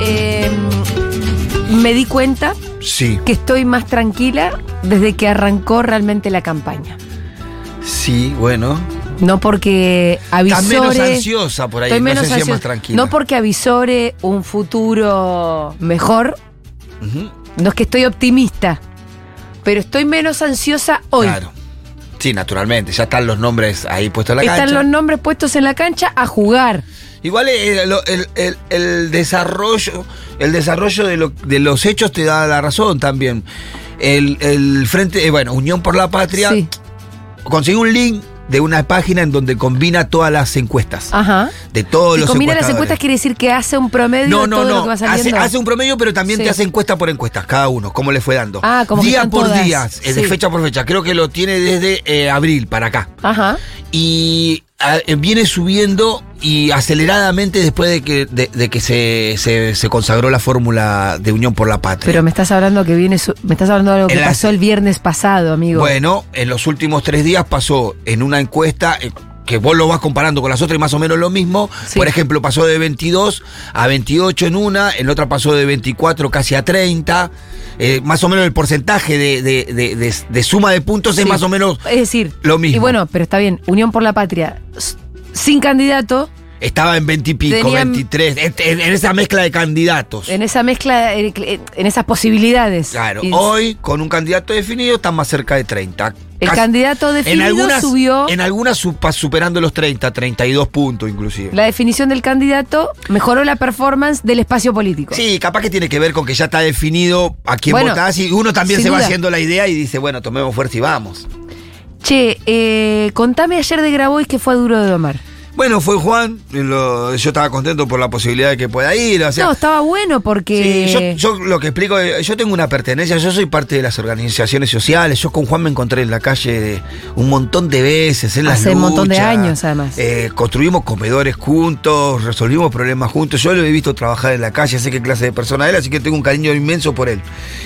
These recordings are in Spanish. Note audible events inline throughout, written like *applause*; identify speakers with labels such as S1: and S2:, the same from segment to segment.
S1: eh, me di cuenta
S2: Sí,
S1: que estoy más tranquila desde que arrancó realmente la campaña.
S2: sí, bueno.
S1: No porque
S2: Estás
S1: avisore.
S2: menos ansiosa por ahí,
S1: Estoy
S2: no
S1: menos
S2: sé si es
S1: ansiosa.
S2: más tranquila.
S1: No porque avisore un futuro mejor.
S2: Ujú,
S1: No es que estoy optimista. Pero estoy menos ansiosa hoy.
S2: Claro. Sí, naturalmente, ya están los nombres ahí puestos en la
S1: Están
S2: cancha.
S1: los nombres puestos en la cancha a jugar.
S2: Igual eh, lo- el, el- el desarrollo, el desarrollo de, lo- de los hechos te da la razón también. El, el frente, eh, bueno, Unión por la Patria
S1: Sí.
S2: consiguió un link de una página en donde combina todas las encuestas.
S1: Ajá.
S2: De todos
S1: Si
S2: los
S1: Ah. combina las
S2: encuestadores.
S1: encuestas quiere decir que hace un promedio
S2: No,
S1: de
S2: no,
S1: todo
S2: no.
S1: lo que va
S2: hace,
S1: saliendo.
S2: hace un promedio, pero también
S1: Sí.
S2: te hace encuesta por encuestas, cada uno, cómo le fue dando.
S1: Ah, como que
S2: día
S1: están
S2: por
S1: todas.
S2: día, eh, de
S1: Sí.
S2: fecha por fecha. Creo que lo tiene desde eh, abril para acá.
S1: Ajá.
S2: Y ah, eh, viene subiendo y aceleradamente después de que, de, de que se, se- se consagró la fórmula de Unión por la Patria.
S1: Pero me estás hablando que viene su- me estás hablando de algo que
S2: En la-
S1: pasó el viernes pasado, amigo.
S2: Bueno, en los últimos tres días pasó en una encuesta eh, que vos lo vas comparando con las otras y más o menos lo mismo.
S1: Sí.
S2: Por ejemplo, pasó de 22 a 28 en una, en otra pasó de 24 casi a 30. Eh, más o menos el porcentaje de, de- de- de- de suma de puntos es
S1: Sí.
S2: más o menos
S1: Es decir,
S2: lo mismo.
S1: Y bueno, pero está bien, Unión por la Patria, s- sin candidato,
S2: Estaba en 20 y pico,
S1: Tenían-
S2: 23, en, en- en esa mezcla de candidatos.
S1: en esa mezcla, eh, cl- eh, en esas posibilidades.
S2: Claro,
S1: Y
S2: hoy con un candidato definido están más cerca de 30.
S1: El
S2: Casi-
S1: candidato definido subió,
S2: En algunas su- pa- superando los 30, 32 puntos inclusive.
S1: la definición del candidato mejoró la performance del espacio político.
S2: Sí, capaz que tiene que ver con que ya está definido a quién
S1: Bueno,
S2: votás y uno también
S1: sin
S2: se va
S1: duda.
S2: haciendo la idea y dice, bueno, tomemos fuerza y vamos.
S1: Che, eh, contame ayer de Grabois que fue duro de domar.
S2: Bueno, fue Juan, lo- yo estaba contento por la posibilidad de que pueda ir, o sea,
S1: no, estaba bueno porque...
S2: Sí, yo, yo lo que explico, eh, yo tengo una pertenencia, yo soy parte de las organizaciones sociales, yo con Juan me encontré en la calle un montón de veces, en las
S1: Hace un montón de
S2: luchas,
S1: años, además.
S2: eh, construimos comedores juntos, resolvimos problemas juntos, yo lo he visto trabajar en la calle, sé qué clase de persona era, así que tengo un cariño inmenso por él.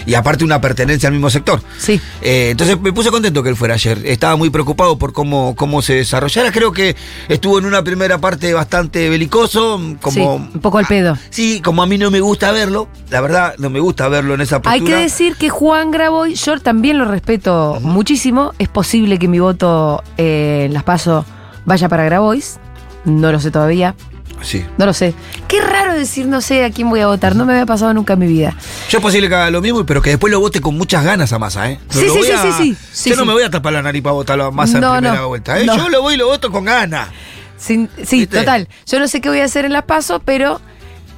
S2: Y aparte una pertenencia al mismo sector.
S1: Sí.
S2: Eh, entonces me puse contento que él fuera ayer. Estaba muy preocupado por cómo, cómo se desarrollara. Creo que estuvo en una primera parte bastante belicoso, como
S1: Sí, un poco al pedo.
S2: Sí, como a mí no me gusta verlo, la verdad no me gusta verlo en esa postura.
S1: Hay que decir que Juan Grabois, yo también lo respeto muchísimo. Es posible que mi voto eh, en las PASO vaya para Grabois. No lo sé todavía.
S2: Sí.
S1: No lo sé. Qué raro decir no sé a quién voy a votar. No me había pasado nunca en mi vida.
S2: Yo es posible que haga lo mismo, pero que después lo vote con muchas ganas a Massa, ¿eh? No
S1: Sí,
S2: lo
S1: sí,
S2: voy
S1: sí,
S2: a-
S1: sí, sí. Sí,
S2: Yo no
S1: sí.
S2: me voy a tapar la nariz para votarlo a Massa
S1: No,
S2: en primera
S1: no.
S2: vuelta, ¿eh?
S1: No.
S2: Yo lo voy y lo voto con ganas.
S1: Sin- sí,
S2: ¿Viste?
S1: total. Yo no sé qué voy a hacer en las PASO, pero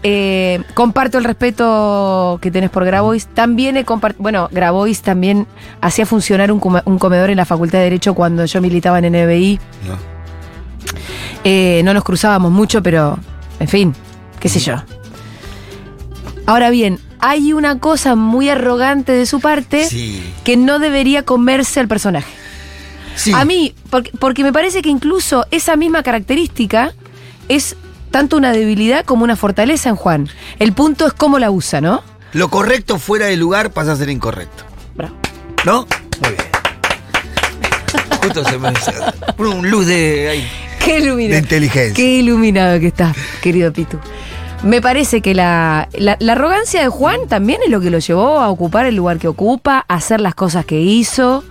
S1: eh, comparto el respeto que tenés por Grabois. También he compartido. Bueno, Grabois también hacía funcionar un, come- un comedor en la Facultad de Derecho cuando yo militaba en NBI.
S2: No.
S1: Eh, no nos cruzábamos mucho, pero, en fin, qué sé yo. Ahora bien, hay una cosa muy arrogante de su parte
S2: Sí.
S1: que no debería comerse al personaje.
S2: Sí.
S1: A mí, porque, porque me parece que incluso esa misma característica es tanto una debilidad como una fortaleza en Juan. El punto es cómo la usa, ¿no?
S2: Lo correcto fuera de lugar pasa a ser incorrecto.
S1: Bravo.
S2: ¿No? Muy bien. Justo se me. Un luz de. ahí.
S1: Qué iluminado.
S2: De inteligencia.
S1: Qué iluminado que estás, querido Pitu. Me parece que la, la- la arrogancia de Juan también es lo que lo llevó a ocupar el lugar que ocupa, a hacer las cosas que hizo,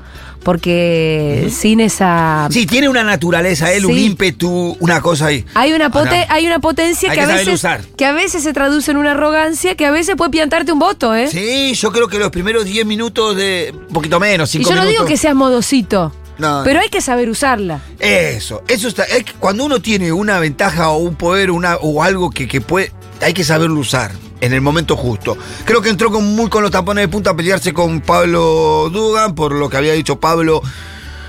S1: porque sin esa...
S2: Sí, tiene una naturaleza él, un
S1: Sí.
S2: ímpetu, una cosa ahí.
S1: Hay una, pote-
S2: Ahora-
S1: hay una potencia
S2: Hay
S1: que,
S2: que
S1: a
S2: saber
S1: veces,
S2: usar.
S1: que a veces se traduce en una arrogancia que a veces puede piantarte un voto, ¿eh?
S2: Sí, yo creo que los primeros 10 minutos de. Un poquito menos,
S1: y
S2: 5
S1: yo
S2: minutos. Ah.
S1: no digo que seas modosito,
S2: No,
S1: pero
S2: no.
S1: hay que saber usarla.
S2: Eso, eso está. es que cuando uno tiene una ventaja o un poder una, o algo que, que puede. Hay que saberlo usar en el momento justo. Creo que entró con, muy con los tapones de punta a pelearse con Pablo Dugan por lo que había dicho Pablo.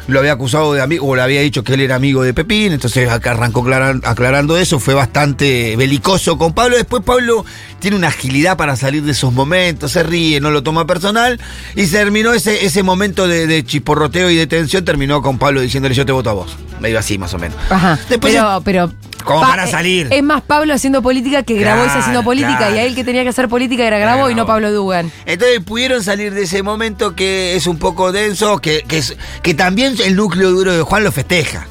S2: Lo había acusado de amigo, o le había dicho que él era amigo de Pepín, entonces acá arrancó aclaran- aclarando eso, fue bastante belicoso con Pablo. Después Pablo tiene una agilidad para salir de esos momentos, se ríe, no lo toma personal, y se terminó ese, ese momento de, de chisporroteo y de tensión, terminó con Pablo diciéndole yo te voto a vos. Medio así, más o menos.
S1: Ajá.
S2: Después
S1: pero, pero.
S2: Como
S1: Pa-
S2: para salir.
S1: Es más Pablo haciendo política que
S2: Claro,
S1: Grabois haciendo política.
S2: claro.
S1: Y a él que tenía que hacer política era Grabois y no
S2: Grabois.
S1: Pablo Dugan.
S2: Entonces pudieron salir de ese momento que es un poco denso, que, que, es- que también el núcleo duro de Juan lo festeja.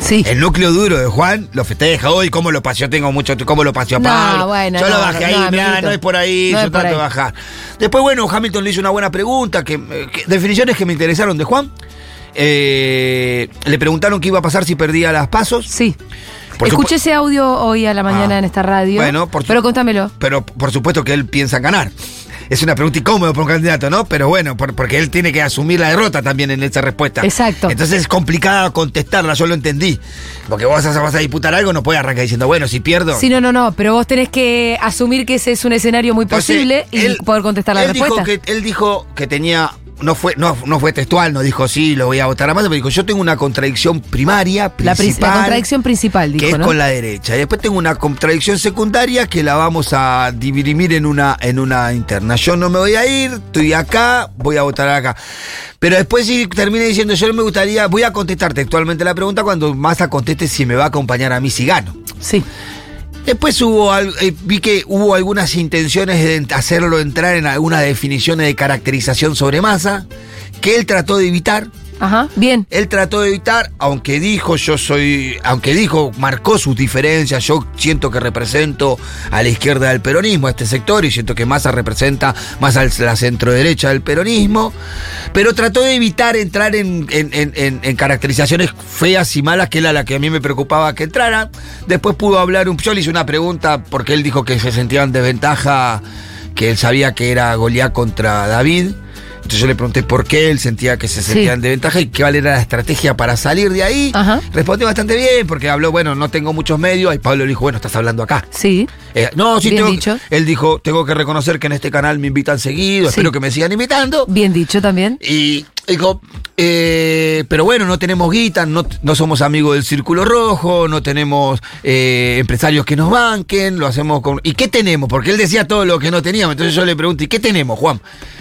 S1: Sí.
S2: El núcleo duro de Juan lo festeja hoy, cómo lo paseó, tengo mucho, cómo lo paseó
S1: No,
S2: Pablo.
S1: bueno,
S2: yo lo
S1: no,
S2: bajé
S1: no,
S2: ahí,
S1: no,
S2: mirá,
S1: amiguito.
S2: no es por ahí,
S1: No
S2: yo
S1: es por
S2: trato de
S1: ahí.
S2: bajar. Después, bueno, Hamilton le hizo una buena pregunta, que, que- definiciones que me interesaron de Juan. Eh, le preguntaron qué iba a pasar si perdía las pasos.
S1: Sí.
S2: Por
S1: Escuché ese audio hoy a la mañana
S2: Ah.
S1: en esta radio.
S2: Bueno, por su-
S1: Pero contámelo.
S2: Pero por supuesto que él piensa ganar. Es una pregunta incómoda para un candidato, ¿no? Pero bueno, por- porque él tiene que asumir la derrota también en esa respuesta.
S1: Exacto.
S2: Entonces es complicada contestarla, yo lo entendí. Porque vos vas a, vas a disputar algo, no puedes arrancar diciendo, bueno, si pierdo.
S1: Sí, no, no, no. Pero vos tenés que asumir que ese es un escenario muy
S2: Entonces,
S1: posible y
S2: él-
S1: poder contestar la
S2: él
S1: respuesta.
S2: Dijo que, él dijo que tenía. No fue, no, no fue textual, no dijo sí, lo voy a votar a más, pero dijo, yo tengo una contradicción primaria,
S1: la, prin-
S2: principal.
S1: la contradicción principal, dijo,
S2: que es
S1: ¿no?
S2: con la derecha. Y después tengo una contradicción secundaria que la vamos a dirimir en una, en una interna. Yo no me voy a ir, estoy acá, voy a votar acá. Pero después sí termina diciendo, yo me gustaría, voy a contestar textualmente la pregunta cuando Massa conteste si me va a acompañar a mí si gano.
S1: Sí.
S2: Después hubo al- eh, vi que hubo algunas intenciones de ent- hacerlo entrar en algunas definiciones de caracterización sobre Massa, que él trató de evitar.
S1: Ajá. Bien.
S2: Él trató de evitar, aunque dijo yo soy, aunque dijo, marcó sus diferencias, yo siento que represento a la izquierda del peronismo, a este sector, y siento que Massa representa más a la centro derecha del peronismo, pero trató de evitar entrar en, en- en- en- en caracterizaciones feas y malas, que era la que a mí me preocupaba que entrara. Después pudo hablar un, yo le hice una pregunta porque él dijo que se sentían desventaja, que él sabía que era Goliat contra David. Entonces yo le pregunté por qué él sentía que se
S1: Sí.
S2: sentían de ventaja y cuál era la estrategia para salir de ahí.
S1: Ajá.
S2: Respondió bastante bien porque habló, bueno, no tengo muchos medios. Y Pablo le dijo, bueno, estás hablando acá.
S1: Sí.
S2: Eh, no, sí,
S1: Bien
S2: tengo,
S1: dicho.
S2: él dijo, tengo que reconocer que en este canal me invitan seguido,
S1: Sí.
S2: espero que me sigan invitando.
S1: Bien dicho también.
S2: Y dijo, eh, pero bueno, no tenemos guita, no, no somos amigos del Círculo Rojo, no tenemos eh, empresarios que nos banquen, lo hacemos con... ¿Y qué tenemos? Porque él decía todo lo que no teníamos. Entonces yo le pregunto, ¿y qué tenemos, Juan?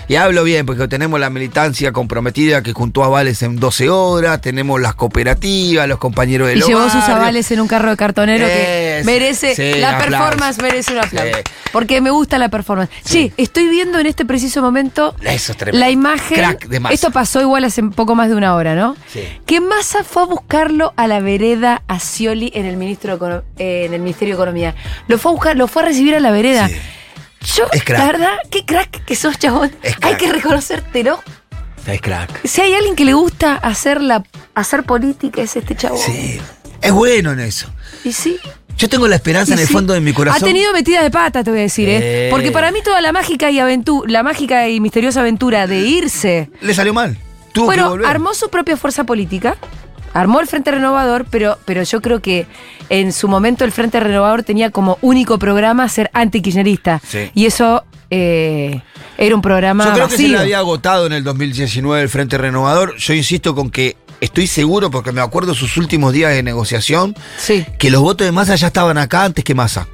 S2: Y hablo bien, porque tenemos la militancia comprometida que juntó avales en 12 horas, tenemos las cooperativas, los compañeros de
S1: Y llevó sus avales en un carro de cartonero que
S2: Es-
S1: merece,
S2: sí,
S1: la
S2: aplauso.
S1: performance merece un aplauso.
S2: Sí.
S1: Porque me gusta la performance. Sí. estoy viendo en este preciso momento
S2: Eso es tremendo.
S1: la imagen.
S2: Crack de Massa.
S1: Esto pasó igual hace poco más de una hora, ¿no?
S2: Sí.
S1: Que Massa fue a buscarlo a la vereda a Scioli en el, ministro de Econo- eh, en el Ministerio de Economía. Lo fue a buscar, lo fue a recibir a la vereda.
S2: Sí.
S1: Yo,
S2: Es crack.
S1: la verdad, qué crack que sos, chabón.
S2: Es
S1: Hay
S2: crack.
S1: que reconocértelo.
S2: Es crack.
S1: Si hay alguien que le gusta hacer, la, hacer política, es este chabón.
S2: Sí. Es bueno en eso.
S1: Y sí.
S2: Yo tengo la esperanza en
S1: Y
S2: el
S1: sí,
S2: fondo de mi corazón.
S1: Ha tenido metidas de pata, te voy a decir, ¿eh?
S2: Eh.
S1: Porque para mí toda la mágica y aventura, la mágica y misteriosa aventura de irse.
S2: Le salió mal. Tuvo que
S1: bueno,
S2: volver.
S1: armó su propia fuerza política. Armó el Frente Renovador, pero, pero yo creo que en su momento el Frente Renovador tenía como único programa ser anti-kirchnerista.
S2: Sí.
S1: Y eso eh, era un programa
S2: Yo creo que se
S1: vacío.
S2: le había agotado en el 2019 el Frente Renovador. Yo insisto con que estoy seguro, porque me acuerdo sus últimos días de negociación,
S1: Sí.
S2: que los votos de Massa ya estaban acá antes que Massa.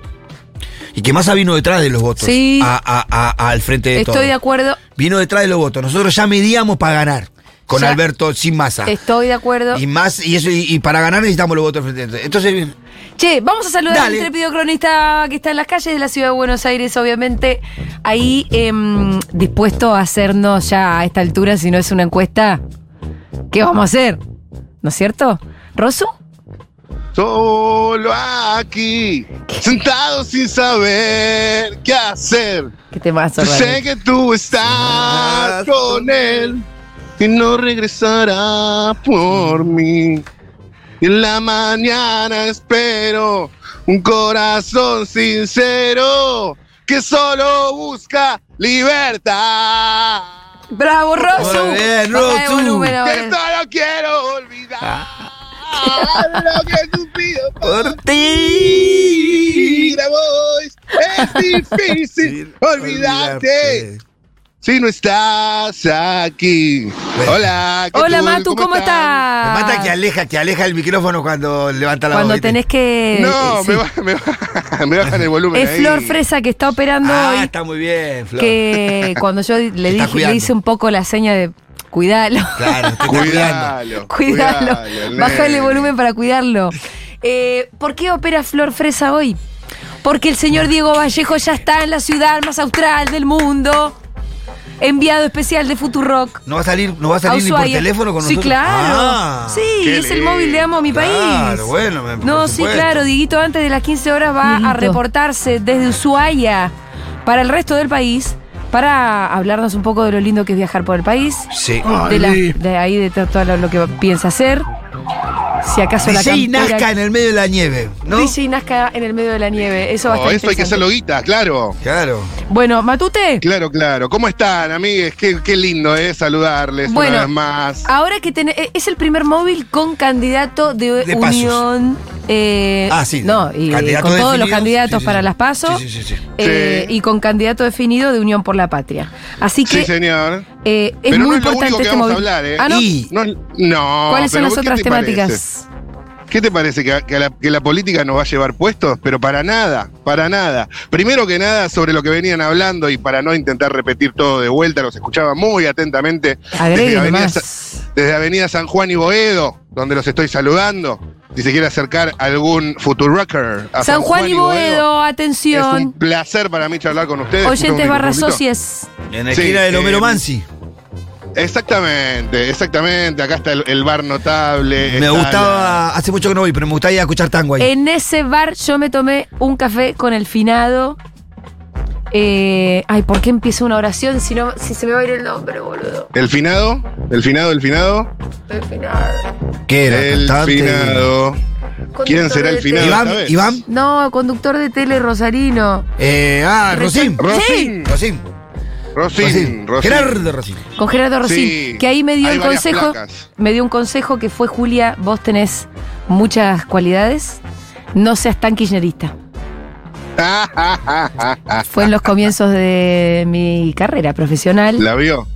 S2: Y que Massa vino detrás de los votos.
S1: Sí.
S2: a- a- a- al frente de
S1: Estoy
S2: todo.
S1: de acuerdo,
S2: Vino detrás de los votos. Nosotros ya medíamos para ganar. Con
S1: Ya.
S2: Alberto sin Massa.
S1: estoy de acuerdo.
S2: Y más, y eso, y, y para ganar necesitamos los votos del frente. Entonces,
S1: Che, vamos a saludar al
S2: Dale.
S1: intrépido cronista que está en las calles de la ciudad de Buenos Aires, obviamente. Ahí em, dispuesto a hacernos ya a esta altura, si no es una encuesta, ¿qué vamos a hacer? ¿No es cierto? ¿Rosu?
S3: Solo aquí, sentado sin saber qué hacer.
S1: ¿Qué te vas a
S3: Sé que tú estás con él y no regresará por mí. Y en la mañana espero un corazón sincero que solo busca libertad.
S1: ¡Bravo, Rosu!
S2: Muy bien,
S1: Baja de
S2: Rosu.
S1: volumen ahora.
S3: Que solo quiero olvidar lo que tú pido
S2: por ti.
S3: Mira, boys,
S2: *laughs*
S3: es difícil olvidarte si no estás aquí.
S2: Bueno.
S3: Hola, ¿qué
S1: Hola,
S3: tal?
S1: Matu, ¿cómo
S2: Me
S1: estás?
S2: mata que aleja, que aleja el micrófono cuando levanta la
S1: Ah. Cuando
S2: voz, ¿viste?
S1: tenés que... eh,
S3: No,
S1: sí.
S3: me, ba- me ba- *laughs* me
S1: *laughs*
S3: bajan el volumen.
S1: Es
S3: ahí.
S1: Flor Fresa que está operando
S2: Ah,
S1: hoy.
S2: está muy bien, Flor.
S1: Que cuando
S2: *laughs*
S1: yo le
S2: está
S1: dije, le
S2: cuidando.
S1: hice un poco la seña de cuidarlo. *laughs*
S2: Claro, te está
S3: Cuidalo.
S2: cuidando.
S1: Cuidalo.
S3: cuidalo,
S1: Bájale
S3: nene.
S1: volumen para cuidarlo. Eh, ¿Por qué opera Flor Fresa hoy? Porque el señor Diego Vallejo ya está en la ciudad más austral del mundo. enviado especial de Futurock.
S2: No va a salir, no va a salir ni por
S1: Ushuaia.
S2: teléfono con
S1: Sí,
S2: nosotros.
S1: claro.
S2: Ah,
S1: sí,
S3: qué
S1: es el
S3: lindo.
S1: móvil de Amo a mi
S2: Claro,
S1: país.
S2: bueno, me-
S1: No,
S2: por
S1: sí,
S2: supuesto.
S1: claro, Dieguito antes de las 15 horas va a
S4: Dieguito.
S1: reportarse desde Ushuaia para el resto del país para hablarnos un poco de lo lindo que es viajar por el país.
S2: Sí.
S1: de,
S4: Ay,
S1: la-
S4: sí.
S1: de ahí de to- todo lo, lo que piensa hacer. Si acaso la
S2: Dice y
S1: campera-
S2: Nazca en el medio de la nieve, ¿no?
S1: Dice y Nazca en el medio de la nieve. Eso va a
S3: Oh,
S1: estar
S3: eso hay que hacerlo guita,
S1: interesante.
S3: claro.
S2: Claro.
S1: Bueno, Matute,
S3: Claro, claro. ¿Cómo están, amigues? Qué, qué lindo es saludarles
S1: Bueno.
S3: una vez más.
S1: ahora que tenés, eh, es el primer móvil con candidato de,
S2: De pasos.
S1: Unión. eh,
S2: Ah, sí.
S1: No, y, eh,
S2: Candidatos
S1: con todos los
S2: definidos.
S1: candidatos
S2: Sí, sí,
S1: para
S2: sí.
S1: las PASO.
S2: Sí, sí, sí, sí.
S1: eh,
S3: Sí.
S1: Y con candidato definido de Unión por la Patria. Así que
S3: Sí, señor.
S1: eh, es
S3: Pero
S1: muy
S3: no es lo
S1: importante
S3: único que
S1: este
S3: vamos a
S1: móvil.
S3: hablar, ¿eh?
S1: Ah, no.
S2: Y
S3: No, no.
S1: ¿Cuáles son
S3: pero
S1: las
S3: vos, ¿qué
S1: otras
S3: te parece?
S1: temáticas?
S3: ¿Qué te parece? ¿Que, que la, que la política nos va a llevar puestos? Pero para nada, para nada. Primero que nada, sobre lo que venían hablando y para no intentar repetir todo de vuelta, los escuchaba muy atentamente
S1: Agreguen
S3: Avenida
S1: más.
S3: desde Avenida San Juan y Boedo, donde los estoy saludando. Si se quiere acercar algún Futurocker a
S1: San Juan y Boedo,
S3: Es un
S1: atención.
S3: plaza para mí charlar con ustedes.
S1: Oyentes
S3: Un
S1: barra
S3: minutito.
S1: socias.
S2: En la
S3: Sí,
S2: esquina del Homero
S3: eh,
S2: Mansi.
S3: Exactamente, exactamente. Acá está el, el bar notable.
S2: Me
S3: está la-
S2: gustaba, hace mucho que no voy, pero me gustaba ir a escuchar tango ahí.
S1: En ese bar yo me tomé un café con el finado. Eh, ay, ¿por qué empiezo una oración si, no, si se me va a ir el nombre, boludo?
S3: El finado, el finado, el finado.
S1: El finado.
S2: ¿Qué era?
S3: El
S2: Cantante.
S3: finado. ¿Quién será el
S1: Conductor de tele.
S3: finado?
S2: Iván,
S3: ¿sabes?
S2: Iván.
S1: No, conductor de tele Rosarino.
S2: Eh, ah, Rosín.
S3: Rosin,
S2: Rosín.
S3: Rosin,
S2: Rosín.
S3: Rosin.
S2: Gerardo Rosín.
S1: Con Gerardo Rosín.
S3: Sí,
S1: que ahí me dio
S3: hay
S1: un
S3: varias
S1: consejo.
S3: placas.
S1: Me dio un consejo que fue Julia, vos tenés muchas cualidades. No seas tan kirchnerista. Fue en los comienzos de Eh, mi carrera profesional. La,
S3: ¿La vio?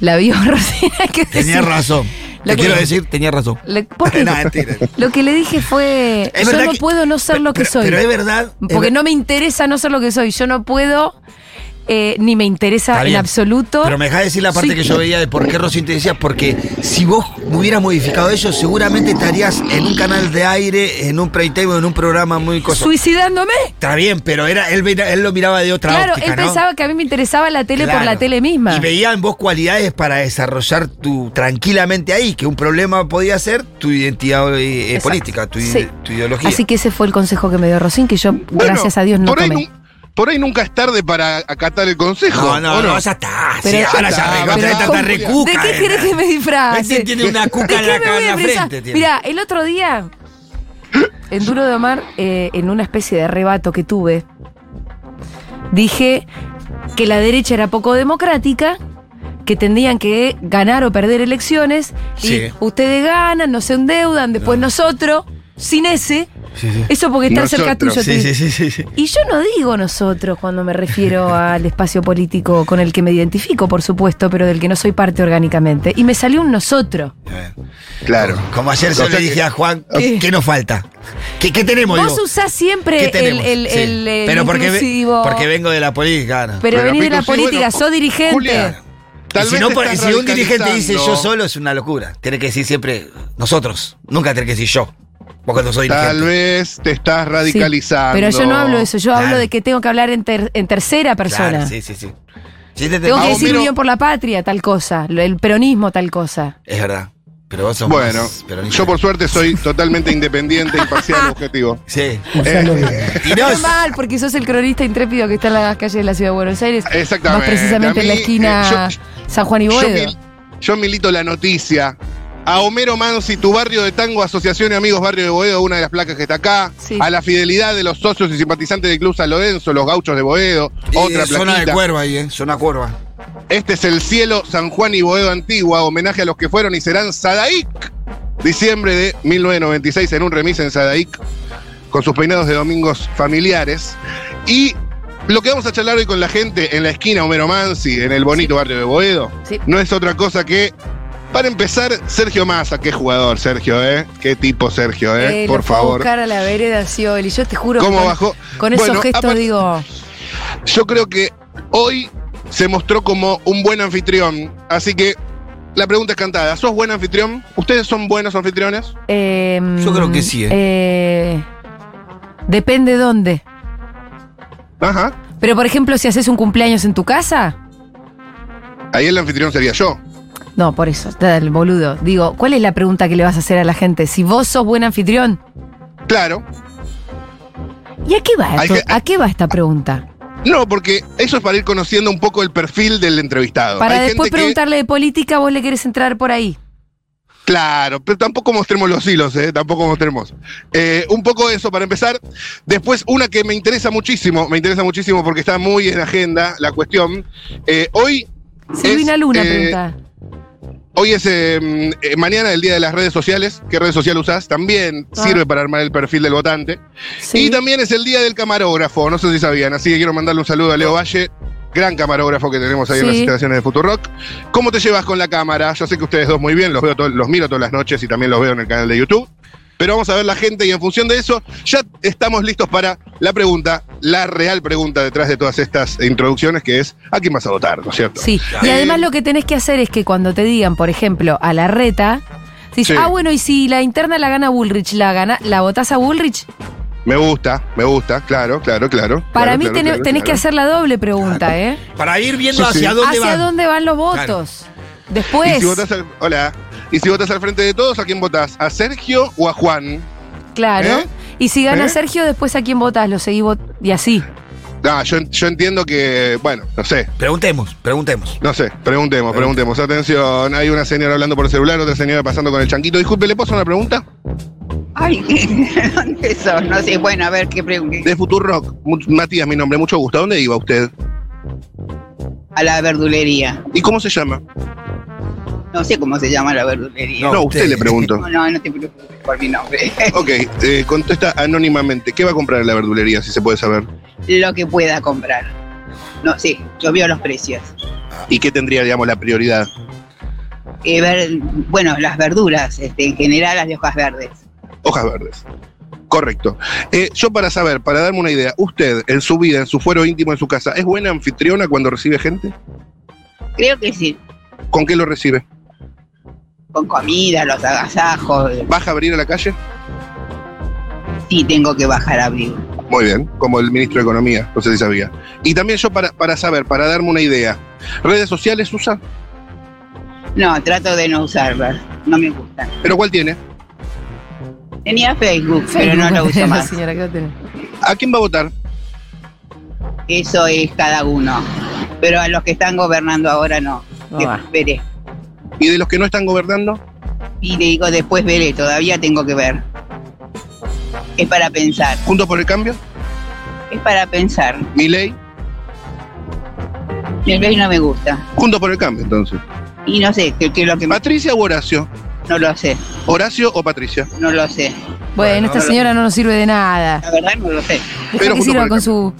S1: vio *laughs* Rosina que
S2: Tenía
S1: decía-
S2: razón.
S1: Lo
S2: Te
S1: que-
S2: quiero decir, tenía razón.
S1: Le- ¿por *laughs* qué?
S2: Nah, mentira.
S1: Lo que le dije fue,
S2: Es
S1: yo
S2: verdad
S1: no
S2: que-
S1: puedo no ser lo que
S2: pero-
S1: soy.
S2: Pero es verdad. es
S1: porque
S2: ver-
S1: no me interesa no ser lo que soy. Yo no puedo, eh, ni me interesa
S2: Está
S1: en
S2: bien.
S1: absoluto.
S2: Pero me dejá decir la parte
S1: Sí.
S2: que yo veía de por qué Rosín te decía, porque si vos hubieras modificado eso, seguramente estarías en un canal de aire, en un pre-table, en un programa muy coso.
S1: ¿Suicidándome?
S2: Está bien, pero era, él, veía- él lo miraba de otra
S1: Claro,
S2: óptica,
S1: él
S2: ¿no?
S1: pensaba que a mí me interesaba la tele por
S2: Claro.
S1: la tele misma.
S2: Y veía en vos cualidades para desarrollar tu tranquilamente ahí, que un problema podía ser tu identidad eh,
S1: Exacto.
S2: política, tu, ide-
S1: Sí.
S2: tu ideología.
S1: Así que ese fue el consejo que me dio Rosín, que yo,
S3: Bueno,
S1: gracias a Dios, no
S3: por ahí,
S1: tomé.
S3: nu- por ahí nunca es tarde para acatar el consejo.
S2: no, no,
S3: ¿o
S2: no, ya está.
S1: Pero-
S2: sí, ahora ya,
S3: Pero-
S2: re- otra vez
S3: Pero-
S2: tanta recuca.
S1: ¿De qué
S2: eh.
S1: querés que me disfrace?
S2: Este tiene una cuca en
S1: ¿De
S2: la,
S1: qué me voy
S2: en
S1: a
S2: la
S1: disfrazar?
S2: frente. tiene.
S1: Mirá, el otro día, en Duro de Omar, eh, en una especie de arrebato que tuve, dije que la derecha era poco democrática, que tendrían que ganar o perder elecciones, y
S2: Sí.
S1: ustedes ganan, no se endeudan, después nosotros, sin ese,
S2: Sí, sí.
S1: eso porque están cerca tuyo.
S3: Nosotros,
S1: te
S2: Sí,
S1: dije.
S2: sí, sí, sí, sí.
S1: Y yo no digo nosotros cuando me
S2: *laughs*
S1: refiero al espacio político con el que me identifico, por supuesto, pero del que no soy parte orgánicamente. Y me salió un nosotros.
S2: Eh,
S3: Claro.
S2: Como ayer yo
S3: O sea
S2: le
S3: que-
S2: dije a Juan,
S1: ¿Qué?
S2: ¿qué, nos falta? ¿Qué, qué tenemos?
S1: Vos
S2: digo?
S1: usás siempre
S2: ¿Qué
S1: el,
S2: tenemos?
S1: el,
S2: Sí.
S1: el- el
S2: Pero porque, ve-
S1: inclusivo,
S2: porque vengo de la política. Ana.
S1: pero
S3: Pero
S1: venís de la
S3: Pitu, sí,
S1: política,
S3: bueno,
S1: sos dirigente.
S3: Julia, tal
S2: Y si,
S3: vez
S2: no,
S3: te
S2: por-
S3: estás
S2: si un dirigente dice yo
S3: radicalizando.
S2: solo es una locura. Tiene que decir siempre nosotros. Nunca tiene que decir yo. Porque no soy
S3: Tal
S2: dirigente.
S3: vez te estás
S1: Sí,
S3: radicalizando.
S1: pero yo no hablo de eso, yo hablo
S2: Claro.
S1: de que tengo que hablar en, ter- en tercera persona.
S2: Claro, sí, sí, sí. Sí, te- te-
S1: Tengo que
S3: Ah,
S1: decir
S3: Homero-
S1: unión por la patria, tal cosa, lo- el peronismo, tal cosa.
S2: Es verdad. Pero vos sos
S3: Bueno,
S2: más peronista.
S3: yo por suerte soy totalmente independiente, imparcial, objetivo. Eh,
S2: Sí.
S4: Usalo bien.
S2: Y no,
S1: Está mal, porque sos el cronista intrépido que está en las calles de la ciudad de Buenos Aires.
S3: Exactamente.
S1: Más precisamente en la
S3: A mí,
S1: esquina
S3: eh,
S1: San Juan y
S3: Yo,
S1: Boedo.
S3: mil- yo milito la noticia. A Homero Mansi, tu barrio de tango, Asociación y Amigos Barrio de Boedo, una de las placas que está acá.
S1: Sí.
S3: A la fidelidad de los socios y simpatizantes del Club San Lorenzo, los gauchos de Boedo,
S2: y
S3: otra
S2: es zona de
S3: plaquita.
S2: cuerva ahí, ¿eh? Zona cuerva.
S3: Este es el cielo San Juan y Boedo Antigua, homenaje a los que fueron y serán Sadaic. Diciembre de 1996 en un remis en Sadaic, con sus peinados de domingos familiares. Y lo que vamos a charlar hoy con la gente en la esquina Homero Mansi, en el bonito barrio de Boedo,
S1: Sí.
S3: no es otra cosa que, para empezar, Sergio Massa. Qué jugador, Sergio, ¿eh? Qué tipo, Sergio, ¿eh?
S1: Eh,
S3: Por
S1: lo fue a
S3: favor.
S1: buscar a la vereda Scioli. Yo te juro
S3: ¿Cómo
S1: que con,
S3: bajó?
S1: con esos
S3: Bueno,
S1: gestos
S3: apar-
S1: digo.
S3: Yo creo que hoy se mostró como un buen anfitrión. Así que la pregunta es cantada. ¿Sos buen anfitrión? ¿Ustedes son buenos anfitriones?
S1: eh,
S2: Yo creo que sí, eh.
S1: eh, depende dónde.
S3: Ajá.
S1: Pero por ejemplo, si haces un cumpleaños en tu casa,
S3: Ahí el anfitrión sería yo.
S1: No, por eso, está el boludo. Digo, ¿cuál es la pregunta que le vas a hacer a la gente? Si vos sos buen anfitrión,
S3: Claro.
S1: ¿y a qué va,
S3: Hay
S1: esto?
S3: que-
S1: ¿A qué va esta pregunta?
S3: No, porque eso es para ir conociendo un poco el perfil del entrevistado.
S1: Para
S3: Hay
S1: después
S3: gente que-
S1: preguntarle de política, vos le querés entrar por ahí.
S3: Claro, pero tampoco mostremos los hilos, ¿eh? Tampoco mostremos. Eh, un poco de eso para empezar. Después, una que me interesa muchísimo, me interesa muchísimo porque está muy en agenda la cuestión. Eh, hoy,
S1: Silvina
S3: Es,
S1: Luna
S3: eh,
S1: pregunta.
S3: hoy es eh, mm, eh, mañana el día de las redes sociales. ¿Qué red social usás? También
S1: Ah.
S3: sirve para armar el perfil del votante.
S1: Sí.
S3: Y también es el día del camarógrafo, no sé si sabían, así que quiero mandarle un saludo a Leo Valle, gran camarógrafo que tenemos ahí en las
S1: Sí.
S3: instalaciones de Futurock. ¿Cómo te llevas con la cámara? Yo sé que ustedes dos muy bien, los, veo todo- los miro todas las noches y también los veo en el canal de YouTube. Pero vamos a ver la gente y en función de eso ya estamos listos para la pregunta, la real pregunta detrás de todas estas introducciones que es ¿a quién vas a votar? ¿No es cierto?
S1: Sí, y además lo que tenés que hacer es que cuando te digan, por ejemplo, a la reta, dices,
S3: Sí.
S1: ah, bueno, y si la interna la gana Bullrich, la gana, la votás a Bullrich,
S3: Me gusta, me gusta, claro, claro, claro.
S1: para
S3: claro,
S1: mí
S3: claro,
S1: tenés,
S3: claro,
S1: tenés que
S3: claro.
S1: hacer la doble pregunta, ¿eh?
S2: Para ir viendo
S3: Sí, sí.
S2: hacia dónde
S1: ¿Hacia
S2: van.
S1: dónde Pues. van los votos? Después,
S3: Y si votás al, hola. Y si votás al frente de todos, ¿a quién votás? ¿A Sergio o a Juan?
S1: claro.
S3: ¿Eh?
S1: Y si gana
S3: ¿Eh?
S1: Sergio, después a quién votás, lo seguís vot- y así.
S3: Ah, yo, yo entiendo que, bueno, no sé,
S2: Preguntemos, preguntemos.
S3: no sé, preguntemos, preguntemos. Atención, hay una señora hablando por el celular, otra señora pasando con el chanquito. Disculpe, ¿le puedo hacer una pregunta?
S4: Ay, *laughs* ¿dónde son? No sé, bueno, a ver qué pregunté.
S3: De Futurock, Mu- Matías, mi nombre, mucho gusto. ¿A dónde iba usted?
S4: A la verdulería.
S3: ¿Y cómo se llama?
S4: No sé cómo se llama la verdulería.
S2: No,
S3: No, usted,
S2: usted.
S3: le pregunto.
S2: *laughs*
S4: No, no, no te preocupes por mi nombre. *laughs*
S3: ok, eh, contesta anónimamente. ¿Qué va a comprar en la verdulería, si se puede saber?
S4: Lo que pueda comprar. No sé, yo veo los precios.
S3: ¿Y qué tendría, digamos, la prioridad?
S4: Eh, ver- bueno, las verduras, este, en general las de hojas verdes.
S3: Hojas verdes. Correcto. Eh, yo para saber, para darme una idea, usted en su vida, en su fuero íntimo, en su casa, ¿es buena anfitriona cuando recibe gente?
S4: Creo que sí,
S3: ¿Con qué lo recibe?
S4: con comida, los agasajos.
S3: ¿Baja a abrir a la calle?
S4: Sí, tengo que bajar a abrir.
S3: Muy bien, como el ministro de Economía, no sé si sabía. Y también yo para, para saber, para darme una idea, ¿redes sociales usa?
S4: No, trato de no usarlas. No me gustan.
S3: ¿Pero cuál tiene?
S4: Tenía Facebook, pero no lo uso más.
S1: Señora, ¿qué va a tener?
S3: ¿A quién va a votar?
S4: Eso es cada uno. Pero a los que están gobernando ahora no.
S1: No
S4: Después
S1: va.
S4: veré.
S3: ¿Y de los que no están gobernando?
S4: Y le digo, después veré, todavía tengo que ver. Es para pensar,
S3: ¿Juntos por el cambio?
S4: es para pensar.
S3: ¿Mi ley?
S4: El rey no me gusta.
S3: ¿Juntos por el cambio entonces?
S4: Y no sé, qué qué es lo que más...
S3: ¿Patricia o Horacio?
S4: No lo sé,
S3: ¿Horacio o Patricia?
S4: no lo sé.
S1: Bueno,
S2: Bueno,
S1: esta
S2: ahora-
S1: señora no nos sirve de nada.
S4: La verdad no lo sé.
S1: Deja que
S3: justo
S1: sirva
S3: para
S1: con
S3: el
S1: su...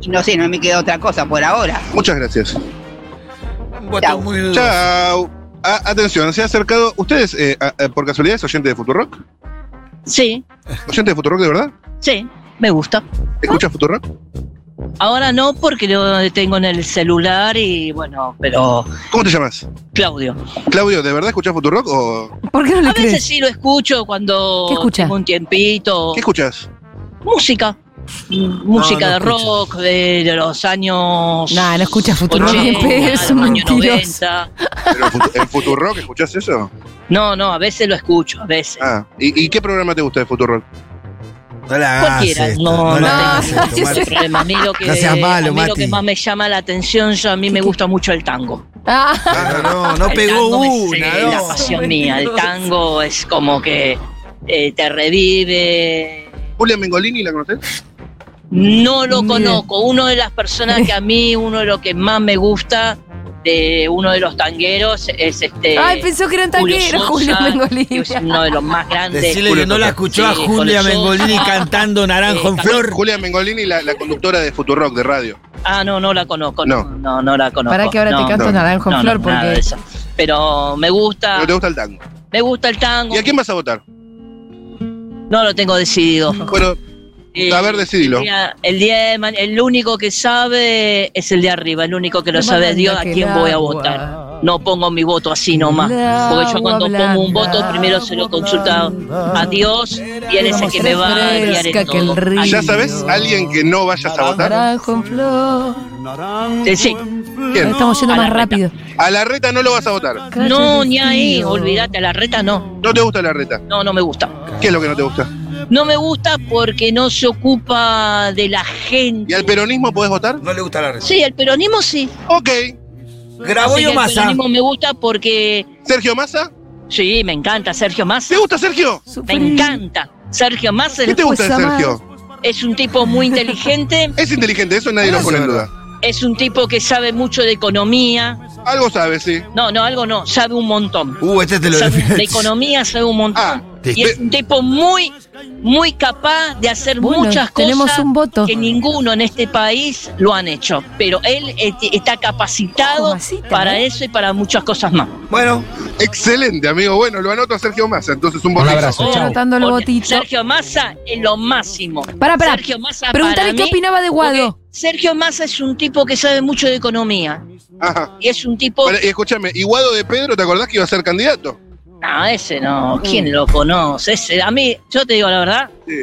S4: Y no sé, no me queda otra cosa por ahora.
S3: Muchas gracias.
S2: Un voto
S4: Chau.
S2: muy dudoso.
S3: Chao. A- Ah, atención, se ha acercado. ¿Ustedes, eh, a- a- por casualidad, es oyente de Futurock?
S5: Sí,
S3: ¿Oyente de Futurock de verdad?
S5: sí, me gusta.
S3: ¿Escuchas Futurock?
S5: Ahora no porque lo tengo en el celular y bueno, pero
S3: ¿Cómo te llamas?
S5: Claudio.
S3: Claudio, ¿de verdad escuchas Futurock o
S1: ¿Por qué no
S5: A
S1: le
S5: veces
S1: crees?
S5: sí lo escucho cuando
S1: ¿Qué escucha?
S5: tengo un tiempito.
S3: qué escuchas?
S5: Música. Mm, Música
S2: no
S5: de
S2: escucho.
S5: rock de, de los años.
S1: Nah, no escucha Futurock,
S5: 80,
S1: ni en pedo, es un
S5: de los años
S1: mentiroso.
S5: 90.
S3: ¿Pero en, Futu- en Futurock escuchas eso?
S5: No, no, a veces lo escucho, a veces.
S3: Ah, ¿y, y qué programa te gusta de Futurock?
S2: No la hagas
S5: Cualquiera,
S2: esto,
S5: no, no,
S2: la
S1: no,
S2: hagas
S5: tengo
S2: esto,
S5: ningún
S2: Mati.
S5: problema. A mí lo que,
S2: No seas malo,
S5: a mí lo que
S2: Mati.
S5: más me llama la atención, yo a mí me gusta mucho el tango.
S1: Ah,
S2: Ah, no, no
S5: El
S2: pegó
S5: tango es,
S2: una,
S5: eh, la
S2: no.
S5: pasión mía. El tango es como que eh, te revive.
S3: Julia Mengolini, ¿la conoces?
S5: No lo
S1: Bien.
S5: conozco. Uno de las personas que
S1: *laughs*
S5: a mí, uno de los que más me gusta de uno de los tangueros es este.
S1: Ay, pensó que eran
S5: Julio
S1: tangueros, Julio
S5: Sosa, que
S1: Mengolini.
S5: Es uno de
S1: *laughs*
S5: los más grandes.
S2: Decirle que no la escuchó a
S5: Sí,
S2: Julia
S5: Julio Sosa. *laughs* Eh,
S2: Mengolini cantando Naranjo en
S5: Sí,
S2: Flor.
S3: Julia Mengolini, la, la conductora de Futurock de radio.
S5: Ah, no, no la conozco.
S3: No.
S5: No, no, no, la conozco.
S1: Para que ahora te
S5: No,
S1: canto
S3: no,
S1: Naranjo en
S5: no,
S1: Flor,
S5: no, nada de
S1: porque...
S5: eso. Pero me gusta,
S3: Pero te gusta el tango.
S5: me gusta el tango.
S3: ¿Y a quién vas a votar?
S5: No lo tengo decidido.
S3: Bueno,
S5: Eh,
S3: a ver, decidilo.
S5: Mira, el día de ma- el único que sabe es el de arriba, el único que lo sabe es Dios a quién voy a votar. no pongo mi voto así nomás.
S1: La
S5: Porque yo
S1: agua
S5: cuando
S1: blanda.
S5: pongo un voto, primero se lo consulta a Dios y él es el que me va a guiar
S1: Fresca
S5: en
S1: que el
S5: todo.
S1: río.
S3: ¿Ya sabes alguien que no vayas a votar?
S1: Naranjo en flor.
S5: Sí, sí.
S3: Bien.
S1: Estamos yendo
S5: A la
S1: más
S5: reta.
S1: rápido.
S3: A la reta no lo vas a votar.
S5: No, ni ahí,
S1: Calle
S5: olvídate, a la reta no.
S3: No te gusta la reta.
S5: No, no me gusta.
S3: ¿Qué es lo que no te gusta?
S5: No me gusta porque no se ocupa de la
S3: ¿Y
S5: gente.
S3: al peronismo podés votar?
S2: No le gusta la receta.
S5: Sí, el peronismo sí.
S3: Ok.
S5: Así
S2: Grabois
S5: que
S2: o
S5: el
S2: Massa.
S5: peronismo me gusta porque
S3: ¿Sergio Massa?
S5: sí, me encanta Sergio Massa.
S3: ¿Te gusta Sergio?
S5: Me
S1: Sufrí.
S5: encanta. Sergio Massa
S3: ¿Qué te gusta de
S1: Pues,
S3: Sergio?
S5: es un tipo muy inteligente,
S3: Es inteligente, eso
S5: Ah,
S3: nadie lo
S2: Eso
S3: pone en
S2: es
S3: duda.
S5: es un tipo que sabe mucho de economía.
S3: Algo sabes, sí.
S5: No, no, algo no, sabe un montón.
S2: Uh, este te lo
S5: Sabe de
S2: defiende.
S5: economía sabe un montón.
S3: Ah,
S5: y
S2: te-
S5: es un tipo muy, muy capaz de hacer
S1: Bueno,
S5: muchas cosas
S1: tenemos un voto.
S5: que ninguno en este país lo han hecho. Pero él eh, está capacitado
S1: Ojo, masita,
S5: para
S1: ¿eh?
S5: eso y para muchas cosas más.
S2: Bueno,
S3: Excelente, amigo. Bueno, lo anoto a Sergio Massa, entonces un
S6: Un
S3: botón.
S6: abrazo,
S1: Estoy
S6: chao.
S1: anotando el
S5: Porque
S1: botito.
S5: Sergio Massa es lo máximo.
S1: Pará, pará.
S5: Sergio Massa
S1: Preguntale
S5: para
S1: qué
S5: mí,
S1: opinaba de Guado.
S5: porque Sergio Massa es un tipo que sabe mucho de economía.
S3: Ajá.
S5: Y es un tipo.
S3: Bueno, y escúchame, ¿y Guado de Pedro, ¿te acordás que iba a ser candidato?
S5: No, ese no.
S1: Mm.
S5: ¿Quién lo conoce? Ese, a mí, yo te digo la verdad,
S3: Sí.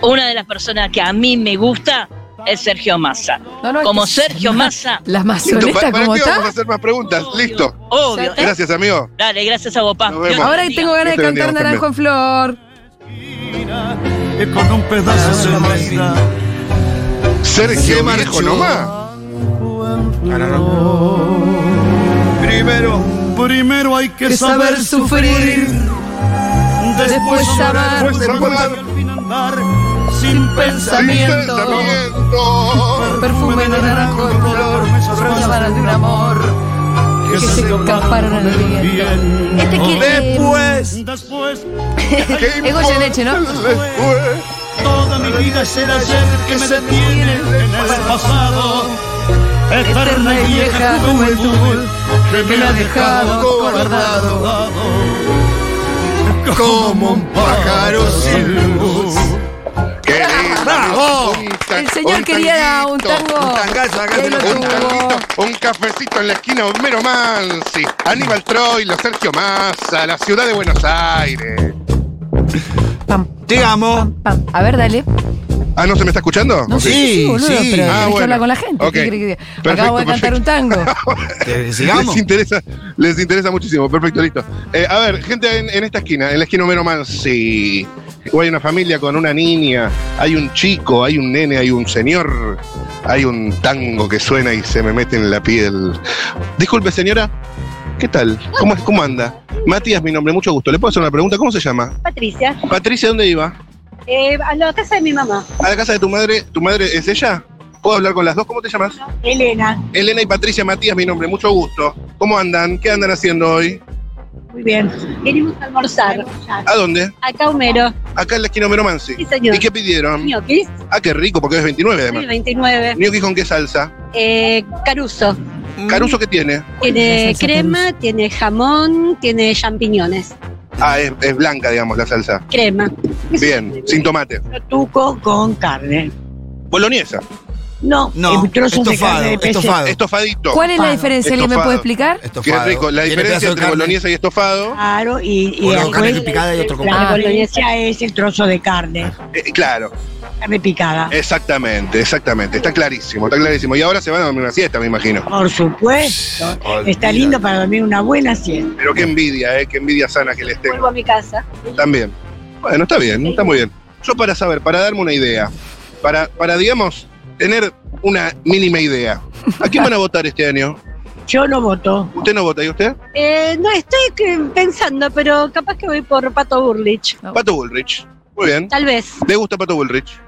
S5: una de las personas que a mí me gusta es Sergio Massa.
S1: No, no,
S5: Como
S1: es que-
S5: Sergio Massa.
S1: La
S3: Listo, pa-
S1: mazoleta,
S3: ¿para
S1: ¿cómo
S3: qué vamos a
S1: está?
S3: hacer más preguntas? Listo.
S5: Obvio.
S1: ¿eh?
S3: Gracias, amigo.
S5: Dale, gracias a vos, pa.
S3: Nos vemos.
S5: Dios te
S1: Ahora que
S5: bendiga.
S1: tengo ganas
S3: Este
S1: de cantar
S3: veníamos
S1: Naranjo en Flor.
S7: Y con un pedazo
S2: Ah,
S7: de realidad.
S3: Sergio Marco nomás.
S2: primero.
S7: Primero hay que,
S1: Que
S7: saber,
S1: saber
S7: sufrir,
S1: sufrir,
S7: después
S1: después
S7: amar,
S1: amar,
S7: después amar, y al fin andar sin pensamiento.
S3: Pensamiento.
S1: Perfume de naranjo en flor. Rosas varas de un amor. Que se escaparon en el viento. Este quiere.
S2: Después.
S7: Después,
S3: ¿Qué
S1: Es Goyeneche, ¿no?
S3: importa después?
S7: toda mi vida es el ayer que me detiene en el pasado. Eterna y vieja juventud que me ha dejado cobardado.
S2: Como un pájaro sin luz.
S3: Qué lindo.
S2: ¡Bravo!
S3: Un tan-
S1: Ah, El señor
S3: un
S1: quería un
S3: tanguito,
S1: tango.
S2: Un tangazo, acá
S1: Y ahí
S2: te lo
S1: lo
S3: Un
S2: pongo.
S1: tuvo.
S3: tanguito, un cafecito en la esquina, Homero Mansi, Aníbal Troilo, Sergio Massa, la ciudad de Buenos Aires.
S1: Pam,
S2: Digamos.
S1: pam. A ver, dale.
S3: Ah, ¿no se me está escuchando?
S1: No sé,
S2: Sí,
S1: sí, boludo,
S2: sí.
S1: pero
S3: Ah,
S1: hay que
S3: bueno.
S1: hablar con la gente. ¿qué
S3: Ok.
S1: quiere que diga?
S3: Perfecto,
S1: Acabo de cantar
S3: perfecto.
S1: un tango.
S3: *laughs*
S2: Que
S3: Les
S2: Sigamos.
S3: interesa, les interesa muchísimo, perfecto, listo. Eh, a ver, gente en, en esta esquina, en la esquina Homero Mansi, o hay una familia con una niña, hay un chico, hay un nene, hay un señor, hay un tango que suena y se me mete en la piel. Disculpe, señora, ¿qué tal? ¿Cómo, es- cómo anda? Matías, mi nombre, mucho gusto. ¿Le puedo hacer una pregunta? ¿Cómo se llama?
S8: Patricia,
S3: Patricia, ¿dónde iba?
S8: eh, a la casa de mi mamá,
S3: ¿A la casa de tu madre? ¿Tu madre es ella? ¿Puedo hablar con las dos? ¿Cómo te llamas?
S8: Elena.
S3: Elena y Patricia Matías, mi nombre, mucho gusto. ¿Cómo andan? ¿Qué andan haciendo hoy?
S8: Muy bien. Queremos almorzar.
S3: ¿A dónde?
S8: Acá Homero,
S3: Acá en la esquina Homero Mansi.
S8: Sí, señor.
S3: ¿Y qué pidieron?
S8: ñoquis,
S3: Ah, qué rico, porque hoy es 29
S8: el
S3: además.
S8: 29.
S3: ¿Gnocchi con qué salsa?
S8: Eh, Caruso,
S3: Mm.
S9: Mm.
S3: ¿Caruso qué tiene?
S1: es la
S8: tiene
S1: salsa
S8: crema, tiene jamón, tiene champiñones.
S3: Ah, es, es blanca, digamos, la salsa.
S8: Crema.
S3: Bien, sin tomate.
S9: Tuco con carne.
S3: Boloñesa,
S9: No,
S2: No,
S9: eh, trozos de carne
S2: estofado,
S9: de pez.
S2: estofado.
S3: estofadito.
S1: ¿Cuál es la
S9: Estofado.
S1: diferencia? ¿Alguien me
S3: Estofado.
S1: puede explicar?
S3: Qué
S2: Estofado.
S3: rico. La
S2: Tiene
S3: diferencia
S2: pedazo de
S3: entre
S2: carne.
S3: boloñesa y estofado,
S9: Claro, y, y
S2: Uno con
S9: después
S2: carne picada y otro con
S9: la
S1: carne.
S9: boloñesa es el trozo de carne,
S3: eh, claro,
S9: carne picada.
S3: exactamente, exactamente. Está clarísimo, está clarísimo. Y ahora se van a dormir una siesta, me imagino.
S9: Por supuesto, está lindo para dormir una buena siesta.
S3: Pero qué envidia, eh, qué envidia sana que les tengo.
S8: Vuelvo a mi casa.
S3: También. Bueno, está bien, está muy bien. Yo para saber, para darme una idea, para, para digamos, tener una mínima idea. ¿A quién van a votar este año?
S9: Yo no voto.
S3: ¿Usted no vota y usted?
S8: Eh, no, estoy que- pensando, pero capaz que voy por Pato Burlich.
S3: Pato Bullrich. Muy bien.
S8: Tal vez.
S3: ¿Le gusta Pato Bullrich?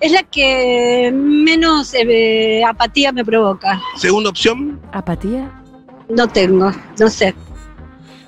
S8: Es la que menos eh, apatía me provoca.
S3: Segunda opción.
S1: ¿Apatía?
S8: No tengo, no sé.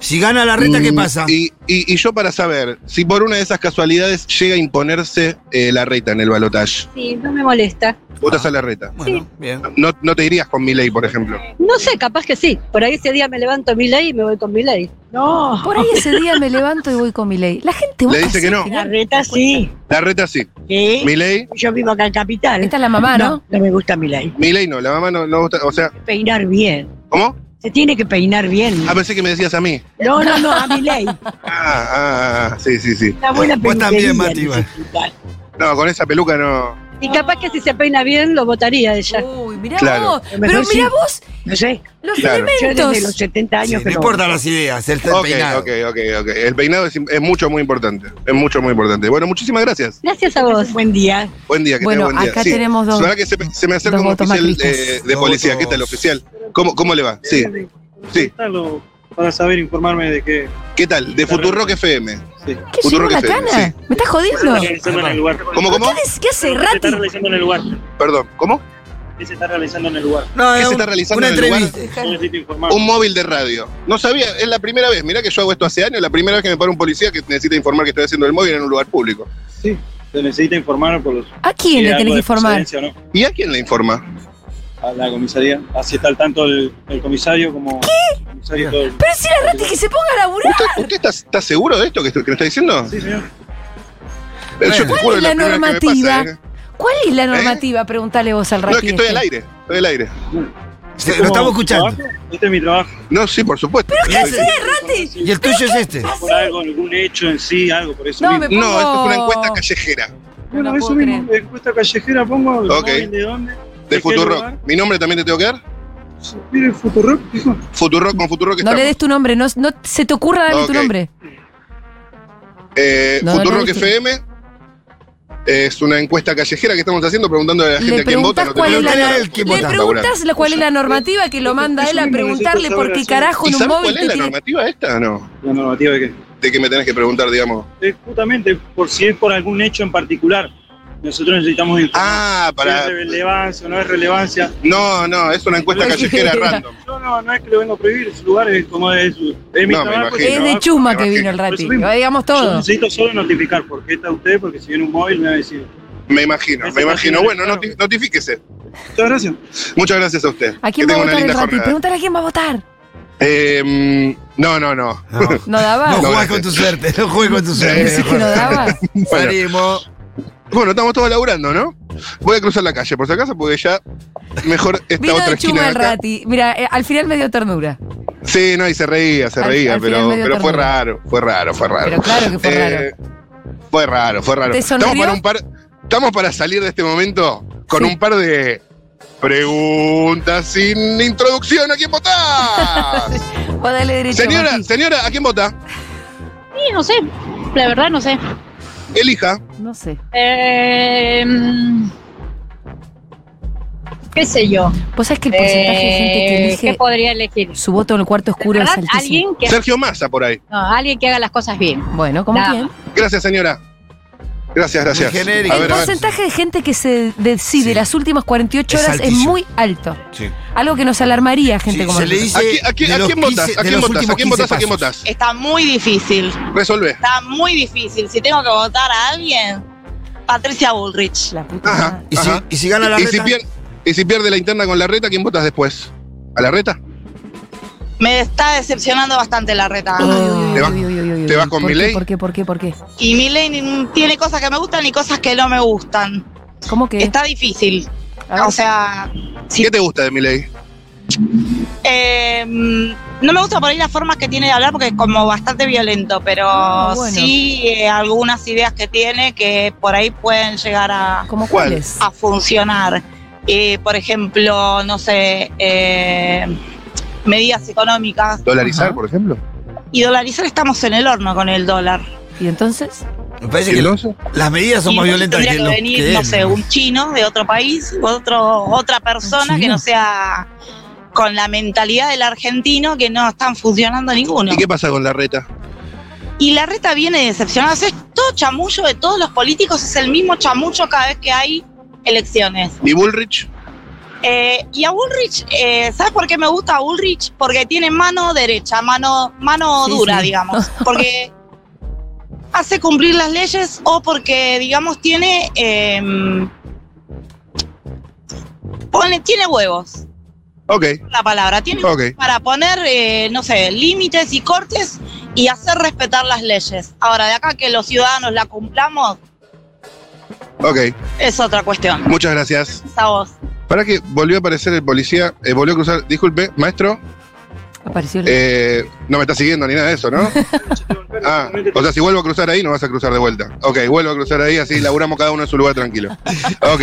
S2: Si gana la reta, ¿qué
S3: Mm,
S2: pasa?
S3: Y, y- y yo para saber si por una de esas casualidades llega a imponerse eh, la reta en el balotaje.
S8: Sí, no me molesta.
S3: Votas a la reta.
S2: Ah. Bueno, bien.
S3: No, no te irías con Milei, por ejemplo.
S8: No sé, capaz que sí. Por ahí ese día me levanto mi ley y me voy con mi ley.
S9: No,
S1: Por ahí ese día me levanto y voy con mi ley. La gente vota
S3: dice
S1: así,
S3: que no.
S1: ¿no?
S9: la reta sí.
S3: La reta sí.
S9: ¿sí?
S3: Milei,
S9: Yo vivo acá en Capital.
S1: Esta es la mamá, ¿no?
S9: no, no me gusta mi ley.
S3: Milei no, la mamá no, no gusta. O sea,
S9: Peinar bien.
S3: ¿cómo?
S9: Se tiene que peinar bien.
S3: Ah, pensé que me decías a mí.
S9: No, no, no, a
S1: *laughs*
S9: mi ley.
S3: Ah, ah, ah, sí, sí, sí.
S9: Una buena
S2: Vos
S9: peluquería
S2: también, Mati, va.
S9: necesita.
S3: No, con esa peluca no.
S9: Y capaz que si se peina bien, lo votaría ella.
S1: Uy, mirá
S3: Claro.
S1: vos.
S9: Mejor
S1: Pero
S9: sí.
S1: mirá vos,
S9: No sé,
S1: los
S3: Claro.
S9: yo desde los
S1: elementos.
S9: 70
S2: Sí,
S9: años
S2: no
S9: que
S2: importa las ideas, el
S3: Ok,
S2: peinado.
S3: ok, ok, ok. El peinado es, es mucho, muy importante. Es mucho, muy importante. Bueno, muchísimas gracias.
S9: Gracias a vos. Buen día.
S3: Buen día, que
S1: Bueno,
S3: tenga buen día.
S1: acá tenemos dos-
S3: La verdad que se, me- se me acerca
S1: dos
S3: un
S1: votos
S3: oficial
S1: macristas.
S3: eh, de
S2: Dos
S3: policía.
S2: votos.
S3: ¿Qué tal, oficial? ¿Cómo, ¿Cómo le va? Sí. Sí.
S7: Para saber informarme de qué.
S3: ¿Qué tal? De Futurock FM.
S7: Sí.
S1: ¿Qué lleva
S3: Futuro
S1: una
S3: que
S1: cana?
S3: se- sí.
S1: ¿Me estás jodiendo?
S7: realizando en el lugar.
S3: ¿Cómo, cómo?
S1: ¿Qué, des- qué hace,
S7: ¿Qué se está
S1: Rati?
S7: realizando en el lugar?
S3: Perdón, ¿cómo?
S7: ¿Qué se está realizando en el lugar?
S3: ¿Qué
S2: No, es
S3: se
S2: un-
S3: está realizando
S2: una
S3: en el lugar?
S2: entrevista.
S7: Yo necesito informar.
S3: Un móvil de radio. No sabía, es la primera vez. Mirá que yo hago esto hace años. La primera vez que me para un policía que necesita informar que estoy haciendo el móvil en un lugar público.
S7: Sí, se necesita informar por los.
S1: ¿A quién
S7: si
S1: le
S7: hay
S1: tenés
S7: algo
S1: que
S7: de
S1: informar?
S7: procedencia o no,
S3: ¿Y a quién le informa?
S7: A la comisaría. Así está al tanto el, el comisario como. ¿Qué? Comisario todo el-
S1: Pero si la Rati que se ponga a laburar.
S3: ¿Usted, usted está, está seguro de esto que, estoy- que le está diciendo?
S7: Sí, señor.
S3: Pero yo te
S1: ¿Cuál
S3: juro,
S1: es
S3: es la, primera vez
S1: la
S3: que me
S1: normativa?
S3: pasa, ¿eh?
S1: ¿Cuál es la normativa? Preguntale vos al Rati.
S3: No, es que estoy
S1: este.
S3: al aire. Estoy al aire.
S2: Sí, Lo estamos escuchando.
S7: ¿Trabajo? Este es mi trabajo.
S3: No, sí, por supuesto.
S1: ¿Qué hace, Rati?
S2: Y el tuyo es este.
S7: Por algo, algún hecho en sí, algo por eso.
S1: No,
S7: mismo.
S1: me-
S3: No, esto es una
S1: pongo-
S3: encuesta callejera
S1: No
S7: Bueno,
S1: la
S7: eso
S1: puedo
S7: mismo. Encuesta callejera, pongo. el
S3: Ok.
S7: móvil ¿De dónde?
S3: de
S7: qué
S3: Futurock.
S7: lugar.
S3: ¿Mi nombre también te tengo que dar?
S7: Mire, Futurock, dijo.
S3: Futurock con Futurock
S1: No
S3: estamos.
S1: le des tu nombre, no, no se te ocurra darle tu
S3: Ok.
S1: nombre.
S3: Eh,
S1: No,
S3: Futurock
S1: no le des tu-
S3: FM es una encuesta callejera que estamos haciendo preguntando a la gente
S1: Le
S3: a quién vota.
S1: preguntás
S3: No
S1: cuál es la,
S2: preguntan
S3: tenemos
S2: a
S1: nor-
S2: él
S3: que
S2: quién
S1: le
S3: votar.
S2: vota.
S1: preguntás la- cuál es la normativa que lo
S7: Yo-
S1: manda
S7: yo
S1: él a
S7: mismo
S1: preguntarle
S7: necesito
S1: por
S7: saber
S1: qué
S7: así.
S1: carajo
S3: ¿Y
S1: en un
S3: sabes
S1: móvil
S3: cuál es
S1: te
S3: la
S1: tiene.
S3: normativa esta o no?
S7: La normativa de qué.
S3: De que me tenés que preguntar, digamos.
S7: Es justamente por si es por algún hecho en particular. Nosotros necesitamos informar
S3: Ah, para.
S7: si es relevancia o no es
S3: *laughs*
S7: relevancia.
S3: No, no, es una
S1: *laughs*
S3: encuesta
S7: *laughs*
S3: callejera random.
S7: Yo no, no es que lo vengo a prohibir, su lugar es como es, su- es mi
S3: No, me
S7: trabajo.
S3: imagino.
S7: es mi
S1: Es de
S7: trabajo.
S1: chusma
S3: Ahora
S1: que
S3: sí,
S1: vino el Rati.
S7: eso mismo.
S1: Lo digamos
S7: Yo
S1: todo.
S7: necesito solo notificar por qué está usted, porque si viene un móvil me va a decir.
S3: Me imagino, me imagino. Bueno, noti- notifíquese.
S7: Muchas gracias.
S3: Muchas gracias a usted.
S1: ¿A quién
S3: que
S1: va
S3: tenga
S1: a
S3: una
S1: votar el
S3: linda
S1: Rati?
S3: jornada.
S1: Pregúntale a quién va a votar.
S3: Eh, mm, no, no, no. *laughs*
S2: No, no
S1: No daba.
S3: No.
S2: juegues con tu suerte, no juegues con tu
S1: ¿Decís que no
S2: suerte. *laughs*
S1: daba?
S3: Bueno,
S2: Salimos.
S3: Bueno, estamos todos laburando, ¿no? Voy a cruzar la calle, por si acaso, porque ya mejor esta
S1: Vino
S3: otra
S1: de
S3: esquina.
S1: chuma
S3: de
S1: el
S3: acá.
S1: Rati. Mira, eh, al final me dio ternura.
S3: Sí, no, y se reía, se
S1: Al-
S3: reía,
S1: al final
S3: pero,
S1: me dio
S3: pero fue
S1: ternura.
S3: raro, fue raro, fue raro.
S1: Pero claro que fue
S3: Eh, Fue raro, fue raro.
S1: ¿Te
S3: Estamos
S1: sonrió?
S3: para, un par, estamos para salir de este momento con
S1: Sí.
S3: un par de preguntas sin introducción. ¿A quién votás?
S1: raro. *laughs* Vos dale derecho.
S3: señora,
S1: Mati.
S3: señora, ¿a quién vota?
S6: Sí, no sé, la verdad no sé.
S3: Elija.
S1: No sé.
S6: Eh, mm, ¿Qué sé yo?
S1: ¿Vos sabés Pues que el porcentaje de gente que
S6: Eh, ¿Qué
S1: elige
S6: podría elegir?
S1: su voto en el cuarto oscuro
S6: La
S1: es
S6: verdad,
S1: altísimo?
S6: alguien que,
S3: Sergio Massa por ahí.
S6: no, alguien que haga las cosas bien.
S1: Bueno, ¿cómo
S6: Nada.
S1: quién?
S3: Gracias, señora. Gracias, gracias.
S2: Muy genérico.
S3: A ver,
S1: El
S3: a ver.
S1: porcentaje de gente que se decide
S2: Sí.
S1: las últimas 48
S2: Es
S1: horas es,
S2: altísimo.
S1: muy alto.
S2: Sí.
S1: Algo que nos alarmaría a gente
S2: Sí,
S1: como
S2: se le
S1: nosotros.
S2: dice
S3: ¿A qui- a qui-
S2: de
S3: a
S2: los
S3: quién votas?
S2: 15
S3: ¿A
S2: de
S3: quién
S2: los
S3: votas? ¿A
S2: últimos
S3: quién votas? ¿A quién
S2: 15
S3: votas?
S10: Está muy difícil,
S3: Resolve.
S10: está muy difícil. Si tengo que votar a alguien, Patricia Bullrich.
S1: La puta
S3: Ajá.
S1: madre.
S2: ¿Y si,
S3: ajá.
S2: y si gana la
S3: ¿Y si,
S2: reta?
S3: pier- y si pierde la interna con la reta, ¿quién votas después? ¿A la reta?
S10: Me está decepcionando bastante la reta.
S1: Uy,
S3: ¿Te vas-
S1: uy, uy, uy, uy, uy,
S3: te
S1: uy.
S3: vas con
S1: ¿Por qué,
S3: Milei?
S1: ¿Por qué, por qué, por qué?
S10: Y Milei tiene cosas que me gustan y cosas que no me gustan.
S1: ¿Cómo que?
S10: Está difícil.
S1: A ver.
S10: O sea, Sí.
S3: ¿Qué te gusta de mi ley?
S10: eh, no me gusta por ahí la forma que tiene de hablar porque es como bastante violento, pero
S1: Ah, bueno.
S10: sí eh, algunas ideas que tiene que por ahí pueden llegar a,
S1: ¿Cómo
S3: ¿Cuál?
S1: cuáles?
S10: a funcionar. Eh, por ejemplo, no sé, eh, medidas económicas.
S3: ¿Dolarizar,
S1: Ajá.
S3: por ejemplo?
S10: Y dolarizar estamos en el horno con el dólar.
S1: ¿Y entonces?
S2: Me parece que
S3: ¿El oso?
S2: las medidas son
S10: Y
S2: más violentas que,
S10: tendría que,
S2: lo-
S10: venir,
S2: que
S10: no
S2: él.
S10: sé, un chino de otro país, otro, otra persona
S1: ¿Un
S10: que
S1: chino?
S10: no sea con la mentalidad del argentino que no están funcionando ninguno.
S3: ¿Y qué pasa con la reta?
S10: Y la reta viene decepcionada. O sea, es todo chamullo de todos los políticos, es el mismo chamullo cada vez que hay elecciones.
S3: ¿Y Bullrich?
S10: Eh, y a Bullrich, eh, ¿sabes por qué me gusta a Bullrich? Porque tiene mano derecha, mano, mano
S1: Sí,
S10: dura,
S1: sí. *laughs*
S10: digamos. Porque hace cumplir las leyes o porque, digamos, tiene. em, pone, tiene huevos,
S3: Ok,
S10: la palabra. Tiene
S3: ok.
S10: para poner, eh, no sé, límites y cortes y hacer respetar las leyes. Ahora, de acá que los ciudadanos la cumplamos,
S3: Ok,
S10: es otra cuestión.
S3: muchas gracias.
S10: Esa voz.
S3: Para que volvió a aparecer el policía, eh, volvió a cruzar. Disculpe, maestro.
S1: Apareció el-
S3: Eh, no me estás siguiendo ni nada de eso,
S1: *laughs*
S3: ¿no? Ah, o sea, si vuelvo a cruzar ahí, no vas a cruzar de vuelta. Ok, vuelvo a cruzar ahí, así laburamos cada uno en su lugar tranquilo. Ok.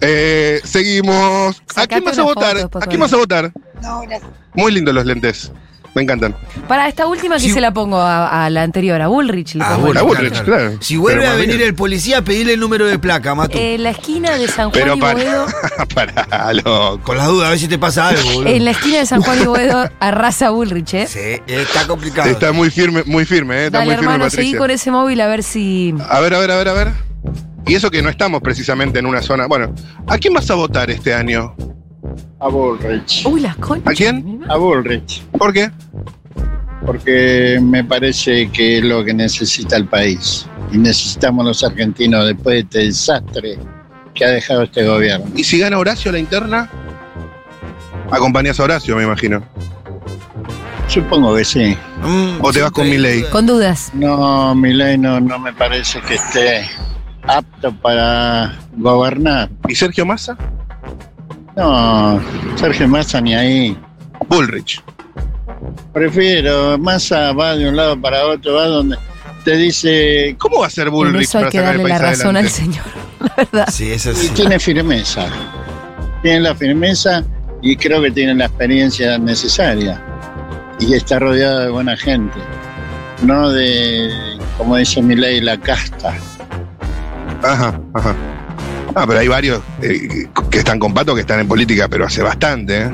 S3: Eh, seguimos. ¿A
S1: Sacate
S3: quién vas a
S1: una
S3: votar?
S1: foto,
S3: ¿A quién vas a votar?
S9: No, gracias.
S3: Muy lindos los lentes. Me encantan. *laughs*
S1: Para esta última que
S2: Sí.
S1: se la pongo a, a la anterior, a Bullrich. le
S2: Ah,
S1: pongo.
S2: bueno,
S3: A Bullrich, claro.
S2: Si vuelve
S3: Pero
S2: a
S3: más
S2: venir
S3: bien.
S2: el policía, pedile el número de placa,
S3: Ah,
S2: Mato.
S1: Eh, la esquina de San Juan
S3: Pero
S1: y
S3: para-
S1: Boedo.
S3: Pará, loco.
S2: Con la duda, a ver si te pasa algo, boludo.
S1: En la esquina de San Juan y Boedo
S3: *laughs*
S1: arrasa Bullrich, ¿eh?
S2: Sí, está complicado.
S3: Está muy firme, muy firme, ¿eh? Está
S1: Dale,
S3: muy firme,
S1: hermano, seguí
S3: Patricia.
S1: con ese móvil a ver si.
S3: A ver, a ver, a ver, a ver. Y eso que no estamos precisamente en una zona. Bueno, ¿a quién vas a votar este año?
S7: A Bullrich.
S1: Uy, las conchas.
S3: ¿A quién?
S7: A Bullrich.
S3: ¿Por qué?
S7: Porque me parece que es lo que necesita el país. Y necesitamos los argentinos después de este desastre que ha dejado este gobierno.
S3: ¿Y si gana Horacio la interna? Acompañas a Horacio, me imagino.
S7: Supongo que sí.
S2: Mm,
S3: O te vas con
S2: siempre hay
S3: Milei.
S2: duda.
S1: Con dudas.
S7: No, Milei no, no me parece que esté apto para gobernar.
S3: ¿Y Sergio Massa?
S7: No, Sergio Massa ni ahí.
S3: Bullrich.
S7: Prefiero, Massa va de un lado para otro, va donde te dice
S3: ¿Cómo va a ser
S1: en
S3: Bullrich
S1: eso hay
S3: para
S1: que
S3: sacar el
S1: darle la
S3: país
S1: razón al
S3: adelante?
S1: señor. *laughs* La verdad.
S2: Sí, es
S7: Y
S2: así.
S7: tiene firmeza. Tiene la firmeza y creo que tiene la experiencia necesaria. Y está rodeado de buena gente. No de, como dice mi ley, la casta.
S3: Ajá, ajá. Ah, pero hay varios eh, que están con Pato, que están en política, pero hace bastante, ¿eh?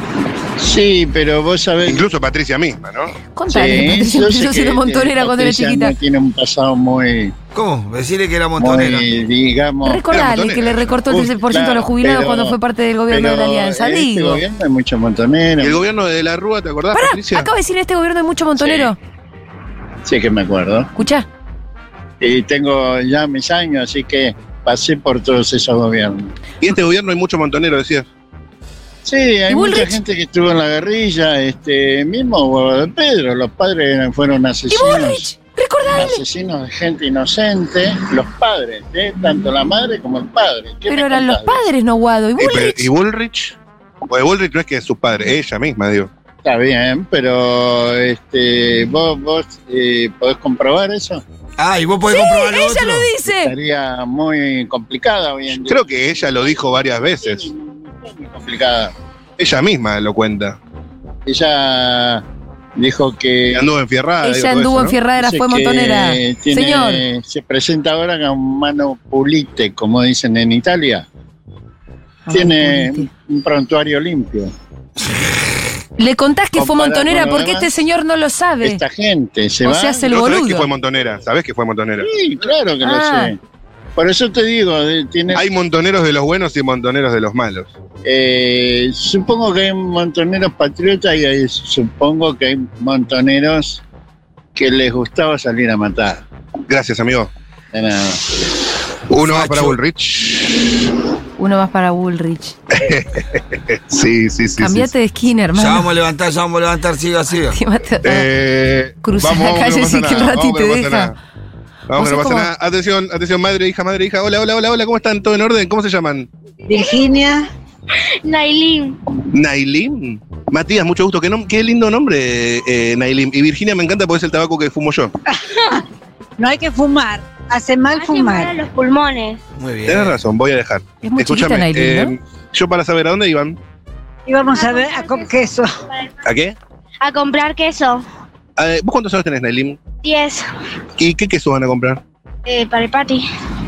S7: Sí, pero vos sabés.
S3: Incluso Patricia misma, ¿no?
S1: Contale,
S7: Sí,
S1: Patricia,
S7: yo
S1: que
S7: sé
S1: yo soy
S7: que,
S1: una montonera
S7: eh,
S1: cuando era
S7: Patricia
S1: chiquita.
S7: no tiene un pasado muy,
S2: ¿Cómo? Decirle que era montonera.
S7: muy digamos.
S3: Era
S1: Recordale
S3: montonera.
S1: que le recortó el
S7: Uy,
S1: 13% a
S7: claro,
S1: los jubilados
S7: pero-
S1: cuando fue parte del gobierno de la Alianza.
S7: en este
S1: Digo.
S7: gobierno hay mucho
S3: Y
S7: montonero.
S3: el gobierno de La Rúa, ¿te acordás,
S1: Pará,
S3: Patricia?
S1: acabo de decir en este gobierno hay mucho montonero.
S7: Sí que me acuerdo.
S1: Escuchá,
S7: Y tengo ya mis años, así que pasé por todos esos gobiernos.
S3: Y en este gobierno hay mucho montonero, decías.
S7: Sí, hay mucha
S1: Bullrich?
S7: gente que estuvo en la guerrilla, este mismo Guado de Pedro, los padres eran- fueron asesinos,
S1: Bullrich, recordale.
S7: asesinos de gente inocente, los padres, ¿eh? tanto la madre como el padre. ¿Qué me
S1: Pero eran los
S7: contás?
S1: padres, no Guado. Y
S3: Y, pero- ¿Y
S1: Bullrich.
S3: Bullrich? Porque Bullrich no es que es su padre, ella misma, digo.
S7: Está bien, pero este, vos, vos eh, podés comprobar eso.
S2: Ah, y vos podés comprobar lo
S1: Ella
S2: otro.
S1: lo dice.
S7: Estaría muy complicada hoy en día.
S3: Creo que ella lo dijo varias veces.
S7: Muy complicada.
S3: Ella misma lo cuenta.
S7: Ella dijo que
S3: Que anduvo enfierrada. digo,
S1: Ella
S3: todo
S1: anduvo
S3: eso,
S1: en
S3: ¿no?
S1: Fierradera,
S7: Dice
S1: fue
S7: que
S1: montonera.
S7: tiene-
S1: Señor.
S7: Se presenta ahora con mano pulite, como dicen en Italia. tiene
S1: Manopulite.
S7: un prontuario limpio.
S1: Le contás que fue
S7: Comparado
S1: montonera
S7: con lo
S1: porque
S7: demás,
S1: este señor no lo sabe.
S7: Esta gente este, se
S1: O
S7: va.
S1: sea, se lo-
S3: No sabés
S1: boludo.
S3: que fue montonera, sabés que fue montonera.
S7: Sí, claro que
S1: Ah.
S7: lo sé. Por eso te digo, de- tiene,
S3: Hay montoneros de los buenos y montoneros de los malos.
S7: eh, supongo que hay montoneros patriotas y hay- supongo que hay montoneros que les gustaba salir a matar.
S3: Gracias, amigo.
S7: De nada.
S3: Uno más
S2: Facho.
S3: para Bullrich.
S1: Uno más para Bullrich.
S3: *laughs* Sí, sí, sí.
S1: Cambiate de esquina,
S2: Ya
S1: hermano.
S2: vamos a levantar, ya vamos a levantar,
S1: *laughs*
S2: siga, siga.
S1: Encima
S3: sí.
S1: te-
S3: Eh,
S1: Cruza
S3: vamos,
S1: la
S3: vamos,
S1: calle
S3: no pasa
S1: sin que el
S3: nada,
S1: rati
S3: vamos,
S1: te
S3: no pasa
S1: deja.
S3: nada. Vamos,
S1: Vos
S3: no
S1: sos
S3: pasa
S1: como-
S3: nada. Atención, atención, madre, hija, madre, hija. Hola, hola, hola, hola, ¿cómo están? ¿Todo en orden? ¿Cómo se llaman?
S9: Virginia,
S6: Nailin.
S3: Nailim. Matías, mucho gusto. Qué, nom- qué lindo nombre, eh, Nailim. Y Virginia me encanta porque es el tabaco que fumo yo.
S9: no hay que fumar, hace mal
S6: a
S9: fumar.
S6: los pulmones.
S2: Muy bien.
S3: Tienes razón, voy a dejar.
S1: Es muy chiquita,
S3: Escúchame,
S1: Nailin,
S3: eh, yo para saber a dónde iban.
S9: Y vamos a ver a con queso.
S3: ¿A qué?
S6: A comprar queso.
S3: A ver, Ah, eh, ¿Vos cuántos años tenés, Nailim?
S6: 10.
S3: ¿Y qué queso van a comprar?
S6: eh, para el patio.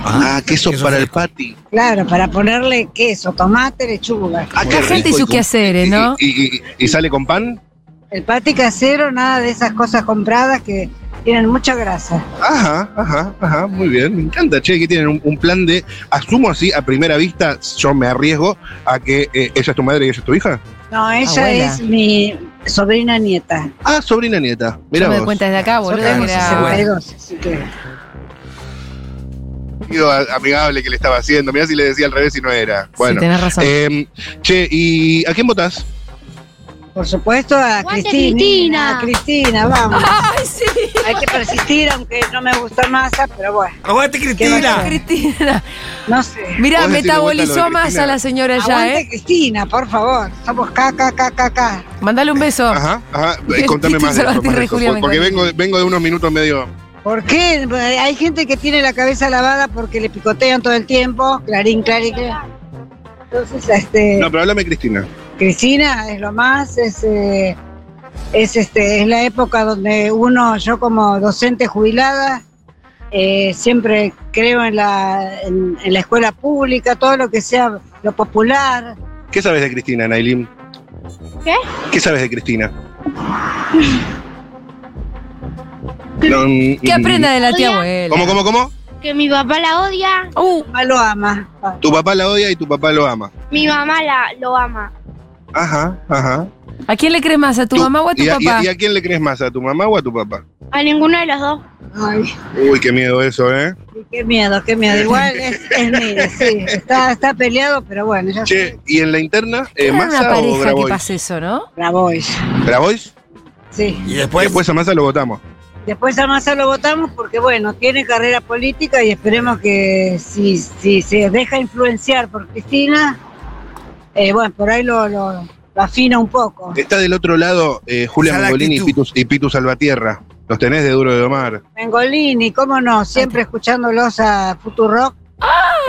S3: Ah, queso
S2: queso
S3: para el
S2: fresco.
S3: pati.
S9: Claro, para ponerle queso, tomate, lechuga.
S3: Ah,
S1: La gente y sus quehaceres, ¿no?
S3: y, y- y- y sale con pan?
S9: El pati casero, nada de esas cosas compradas que tienen mucha grasa.
S3: Ajá, ajá, ajá, muy bien, me encanta. Che, que tienen un, un plan de, asumo así, a primera vista, yo me arriesgo a que eh, ella es tu madre y ella es tu hija.
S9: No, ella
S1: Abuela.
S9: es mi sobrina nieta.
S3: Ah, sobrina nieta,
S1: Yo
S3: mira
S1: me doy
S3: vos.
S1: cuenta desde acá,
S9: Yo
S1: boludo.
S9: tengo
S1: que era-
S9: 62, así que...
S3: Digo, a- amigable que le estaba haciendo, mirá si le decía al revés y no era. em,
S1: Sí,
S3: Bueno,
S1: tenés razón.
S3: em, che, ¿y a quién votás?
S9: Por supuesto, a
S6: ¡Aguante,
S9: Cristina. A Cristina, vamos.
S1: ¡Ay, sí!
S9: Hay que persistir, aunque no me gustó masa,
S4: *laughs*
S9: pero bueno,
S2: ¡Aguante, Cristina!
S1: Cristina.
S9: no sé.
S1: Mirá,
S3: Vos decís de vuelta lo
S1: metabolizó
S3: de
S1: más
S3: Cristina.
S1: a la señora ya,
S9: Aguante,
S1: ¿eh?
S9: Cristina, por favor. Somos KKKKK.
S1: Mandale un beso.
S3: Ajá, ajá.
S1: Y
S3: Eh,
S1: *laughs* el
S3: contame
S1: Tito
S3: más de eso,
S1: Salvatierra
S3: más de
S1: y
S3: eso,
S1: Julián
S3: porque
S1: Bengoa.
S3: vengo de, vengo de unos minutos medio.
S9: ¿Por qué? Hay gente que tiene la cabeza lavada porque le picotean todo el tiempo. Clarín, clarín, clarín. Entonces, este,
S3: No, pero háblame, Cristina.
S9: Cristina es lo más, es, eh, es, este, es la época donde uno, yo como docente jubilada, eh, siempre creo en la, en- en la escuela pública, todo lo que sea lo popular,
S3: ¿Qué sabes de Cristina, Nailin?
S6: ¿Qué?
S3: ¿Qué sabes
S6: *laughs*
S3: de Cristina? No, mm,
S1: Que
S3: mm.
S1: aprenda de la tía
S6: Hola.
S1: abuela.
S3: ¿Cómo, cómo, cómo?
S6: Que mi papá la odia,
S1: Uh,
S9: mamá lo ama.
S3: Tu papá la odia y tu papá lo ama.
S6: mi mamá la, lo ama.
S3: Ajá, ajá.
S1: ¿A quién le crees más? ¿A tu
S3: Tú-
S1: mamá o a tu
S3: y y
S1: papá?
S3: ¿Y a quién le crees más, a tu mamá o a tu papá?
S6: A ninguno de los dos.
S9: Ay,
S3: Uy, qué miedo eso, ¿eh?
S9: qué miedo, qué miedo. Igual es, es mire, sí, está, está peleado, pero bueno, ya
S3: Che, ¿y en la interna? Eh,
S1: Era una
S3: ¿Massa o
S1: pareja que
S3: Grabois?
S1: pasa eso, ¿no?
S9: la voy.
S3: ¿Grabois?
S9: Sí.
S2: Y después,
S3: Después a Massa lo votamos.
S9: Después a Massa lo votamos porque, bueno, tiene carrera política y esperemos que si, si se deja influenciar por Cristina, eh, bueno, por ahí lo, lo- lo afina un poco.
S3: Está del otro lado eh, Julia
S2: Esa la
S3: Mengolini y
S2: actitud.
S3: Pitu, y Pitu Salvatierra. Los tenés de duro de domar.
S9: Mengolini, cómo no, siempre escuchándolos a Futurock,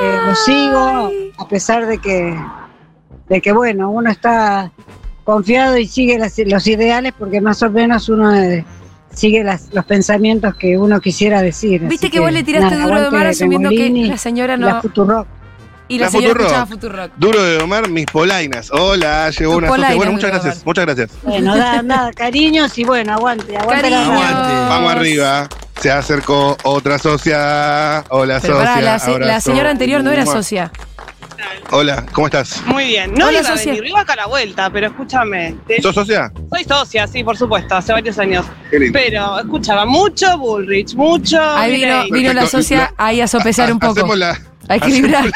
S9: eh, lo sigo, a pesar de que, de que, bueno, uno está confiado y sigue las- los ideales porque más o menos uno... eh, Sigue las- los pensamientos que uno quisiera decir.
S1: Viste
S9: así
S1: que vos le tiraste
S9: nada,
S1: duro de mar
S9: aguante
S1: asumiendo que
S9: Mengolini.
S1: la señora
S9: Y La
S1: no.
S9: Futurock.
S1: Y la,
S3: La
S1: señora
S3: Futurock.
S1: escuchaba Futurock.
S3: Duro de domar, mis polainas. Hola, llegó
S1: Tus
S3: una socia.
S1: polainas,
S3: Bueno,
S1: Duro
S3: muchas
S1: de
S3: gracias,
S1: Domar.
S3: muchas gracias.
S9: Bueno, nada, nada, cariños y bueno, aguante, aguante la
S1: Cariños.
S9: radio.
S2: Aguante.
S3: Vamos arriba. Se acercó otra socia. Hola,
S1: Pero
S3: socia.
S1: pará, la, se- la
S3: Abrazo.
S1: señora anterior no era
S3: Mua.
S1: socia.
S3: Hola, ¿cómo estás?
S11: Muy bien. No
S1: Hola,
S11: iba
S1: socia.
S11: a venir, iba acá a la vuelta, pero escúchame. te-
S3: ¿Sos socia? *laughs*
S11: soy socia, sí, por supuesto, hace varios años.
S3: Qué lindo.
S11: Pero escuchaba mucho Bullrich, mucho.
S1: Ahí vino,
S11: Milei.
S1: vino la
S3: Perfecto.
S1: socia ahí a sopesar
S3: Ha-
S1: un poco.
S3: Hacemos la,
S1: A equilibrar.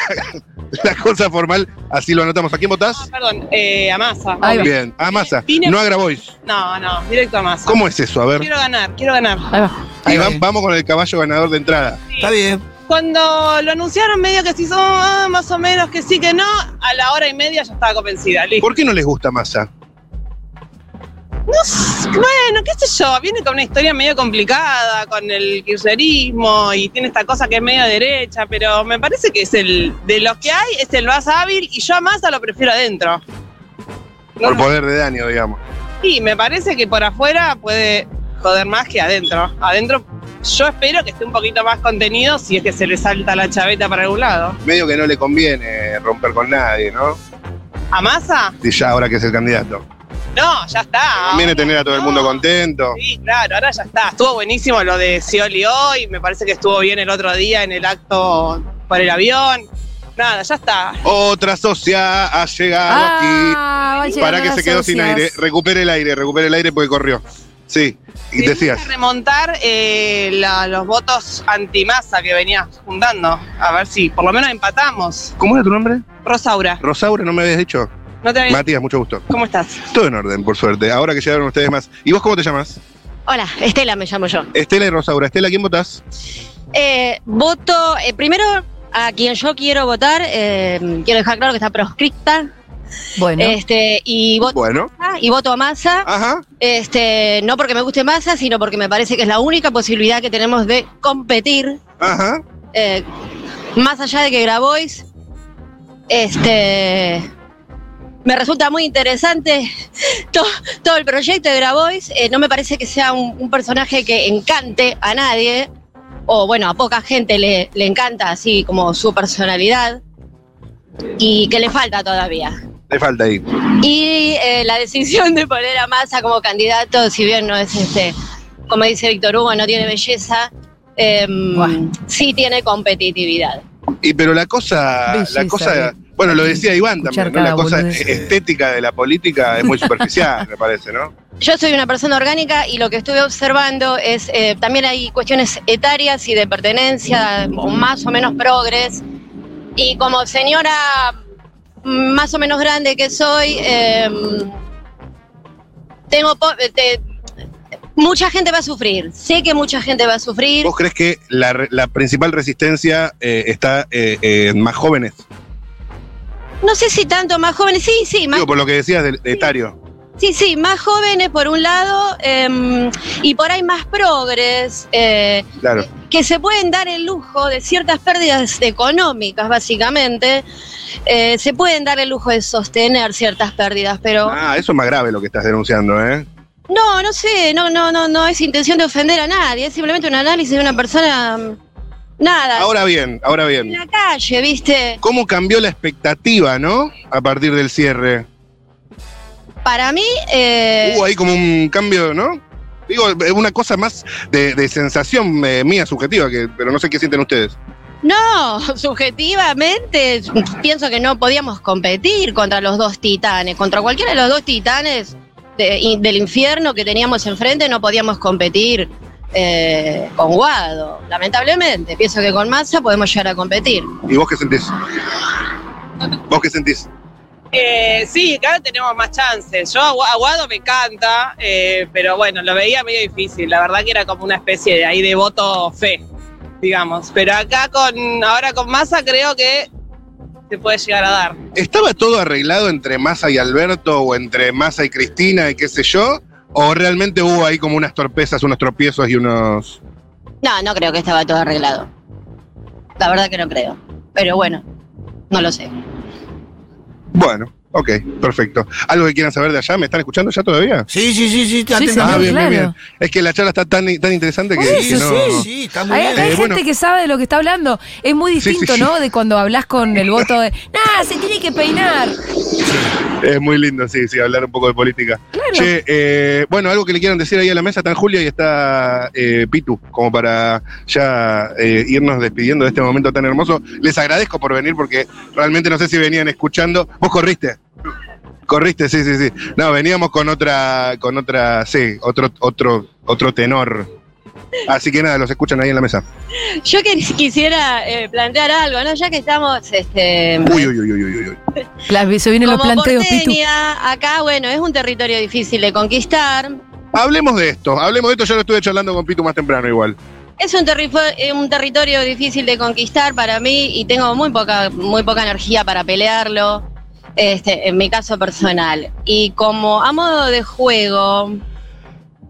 S3: la cosa formal, así lo anotamos. ¿A quién
S11: Ah,
S3: votás?
S11: perdón, eh, a Massa.
S1: Ahí va.
S3: Bien, a Massa,
S11: Vine-
S3: no a Grabois.
S11: No, no, directo a Massa.
S3: ¿Cómo es eso? A ver.
S11: Quiero ganar, quiero ganar.
S1: Ahí va.
S3: Y
S2: Ahí va.
S3: va- vamos con el caballo ganador de entrada.
S2: está bien.
S11: Cuando lo anunciaron, medio que sí, son ah, más o menos que sí, que no, a la hora y media ya estaba convencida. Listo.
S3: ¿Por qué no les gusta Massa?
S11: No sé, bueno, qué sé yo, viene con una historia medio complicada, con el kirchnerismo y tiene esta cosa que es medio derecha, pero me parece que es el de los que hay, es el más hábil y yo a Massa lo prefiero adentro. No,
S3: Por poder de daño, digamos.
S11: sí, me parece que por afuera puede joder más que adentro. Adentro yo espero que esté un poquito más contenido si es que se le salta la chaveta para algún lado.
S3: Medio que no le conviene romper con nadie, ¿no?
S11: ¿A Massa?
S3: Y ya ahora que es el candidato.
S11: No, ya está.
S3: Conviene tener a todo el mundo
S1: Ah,
S11: no.
S3: contento.
S11: Sí, claro, ahora ya está. Estuvo buenísimo lo de Scioli hoy, me parece que estuvo bien el otro día en el acto por el avión. Nada, ya está.
S3: Otra socia ha llegado aquí.
S1: Ah, va llegando
S3: Para que
S1: las
S3: se quedó sin
S1: socias.
S3: aire. Recupere el aire, recupere el aire porque corrió. Sí, y
S11: Tenía
S3: decías.
S11: que remontar eh, la- los votos antimasa que venía juntando. A ver si por lo menos empatamos.
S3: ¿Cómo era tu nombre?
S11: Rosaura,
S3: Rosaura, no me habías dicho.
S11: no te había-
S3: Matías, mucho gusto.
S11: ¿Cómo estás?
S3: Todo en orden, por suerte. Ahora que llegaron ustedes más. ¿Y vos cómo te llamas?
S12: Hola, Estela me llamo yo.
S3: Estela y Rosaura. Estela, ¿quién votás?
S12: Eh, voto, eh, primero a quien yo quiero votar, eh, quiero dejar claro que está proscripta,
S1: Bueno.
S12: este, y voto
S3: Bueno.
S12: y voto a Massa,
S3: Ajá.
S12: este, no porque me guste Massa, sino porque me parece que es la única posibilidad que tenemos de competir,
S3: Ajá.
S12: eh, más allá de que Grabois, este, me resulta muy interesante *laughs* to- todo el proyecto de Grabois, eh, no me parece que sea un, un personaje que encante a nadie, o bueno, a poca gente le, le encanta así como su personalidad, y que le falta todavía.
S3: Le falta ahí.
S12: Y eh, la decisión de poner a Massa como candidato, si bien no es este, como dice Víctor Hugo, no tiene belleza, em,
S1: Buah.
S12: sí tiene competitividad.
S3: Y pero la cosa,
S1: Belleza,
S3: la cosa,
S1: eh.
S3: bueno, lo decía Iván
S1: Escuchar
S3: también, ¿no? La
S1: cada
S3: cosa
S1: boludez.
S3: estética de la política es muy superficial, me parece, ¿no?
S12: Yo soy una persona orgánica y lo que estuve observando es, eh, también hay cuestiones etarias y de pertenencia, o más o menos progres, y como señora más o menos grande que soy, em, tengo po- eh, te- mucha gente va a sufrir. Sé que mucha gente va a sufrir.
S3: ¿Vos crees que la, re- la principal resistencia eh, está eh, eh, en más jóvenes?
S12: No sé si tanto más jóvenes. Sí, Ah. sí, más
S3: Digo, por lo que decías de, de etario.
S12: Sí, sí, más jóvenes por un lado em, y por ahí más progres, eh,
S3: Claro.
S12: que se pueden dar el lujo de ciertas pérdidas económicas, básicamente. Eh, se pueden dar el lujo de sostener ciertas pérdidas, pero
S3: Ah, eso es más grave lo que estás denunciando, ¿eh?
S12: no, no sé, no, no, no, no es intención de ofender a nadie, es simplemente un análisis de una persona, mm, nada,
S3: Ahora bien, ahora
S12: en la
S3: bien.
S12: calle, ¿viste?
S3: ¿Cómo cambió la expectativa, no? A partir del cierre.
S12: Para mí, eh,
S3: Hubo ahí como un cambio, ¿no? Digo, eh, una cosa más de, de sensación eh, mía, subjetiva, que, pero no sé qué sienten ustedes.
S12: No, subjetivamente pienso que no podíamos competir contra los dos titanes, contra cualquiera de los dos titanes de- i- del infierno que teníamos enfrente no podíamos competir eh, con Guado, lamentablemente. Pienso que con Massa podemos llegar a competir.
S3: ¿Y vos qué sentís? ¿Vos qué sentís?
S11: Eh, sí, claro, tenemos más chances. Yo a Gua- a Guado me encanta, eh, pero bueno, lo veía medio difícil. La verdad que era como una especie de ahí de voto fe, digamos. Pero acá con ahora con Massa creo que se puede llegar a dar.
S3: ¿Estaba todo arreglado entre Massa y Alberto o entre Massa y Cristina y qué sé yo? ¿O realmente hubo ahí como unas torpezas, unos tropiezos y unos...
S12: No, no creo que estaba todo arreglado. La verdad que no creo. Pero bueno, no lo sé.
S3: Bueno, ok, perfecto. ¿Algo que quieran saber de allá? ¿Me están escuchando ya todavía?
S2: Sí, sí, sí, sí, está
S1: Sí,
S2: atento.
S1: señor,
S3: Ah, bien, bien,
S1: claro.
S3: bien. Es que la charla está tan, tan interesante que...
S1: Sí,
S3: que no-
S1: sí,
S2: sí, está muy
S1: Hay, acá hay
S3: Eh,
S1: gente
S3: bueno.
S1: que sabe de lo que está hablando. Es muy
S3: Sí, sí,
S1: distinto,
S3: sí.
S1: ¿no? De cuando hablas con el voto
S3: *laughs*
S1: de. ¡Nah! Se tiene que peinar.
S3: Es muy lindo, sí, sí, hablar un poco de política. Che, eh, bueno, algo que le quieran decir ahí a la mesa, están Julia y está eh, Pitu, como para ya eh, irnos despidiendo de este momento tan hermoso. Les agradezco por venir porque realmente no sé si venían escuchando. Vos corriste. Corriste, sí, sí, sí. No, veníamos con otra, con otra, sí, otro, otro, otro tenor. Así que nada, los escuchan ahí en la mesa.
S12: Yo que quisiera eh, plantear algo, ¿no? Ya que estamos este,
S3: Uy, uy, uy, uy, uy, uy.
S1: La- se vienen los
S12: Como
S1: planteos, Pitu.
S12: porteña, acá, bueno, es un territorio difícil de conquistar.
S3: Hablemos de esto, hablemos de esto. Yo lo estuve charlando con Pitu más temprano igual.
S12: Es un, terrifo- eh, un territorio difícil de conquistar para mí y tengo muy poca, muy poca energía para pelearlo, este, en mi caso personal. Y como a modo de juego,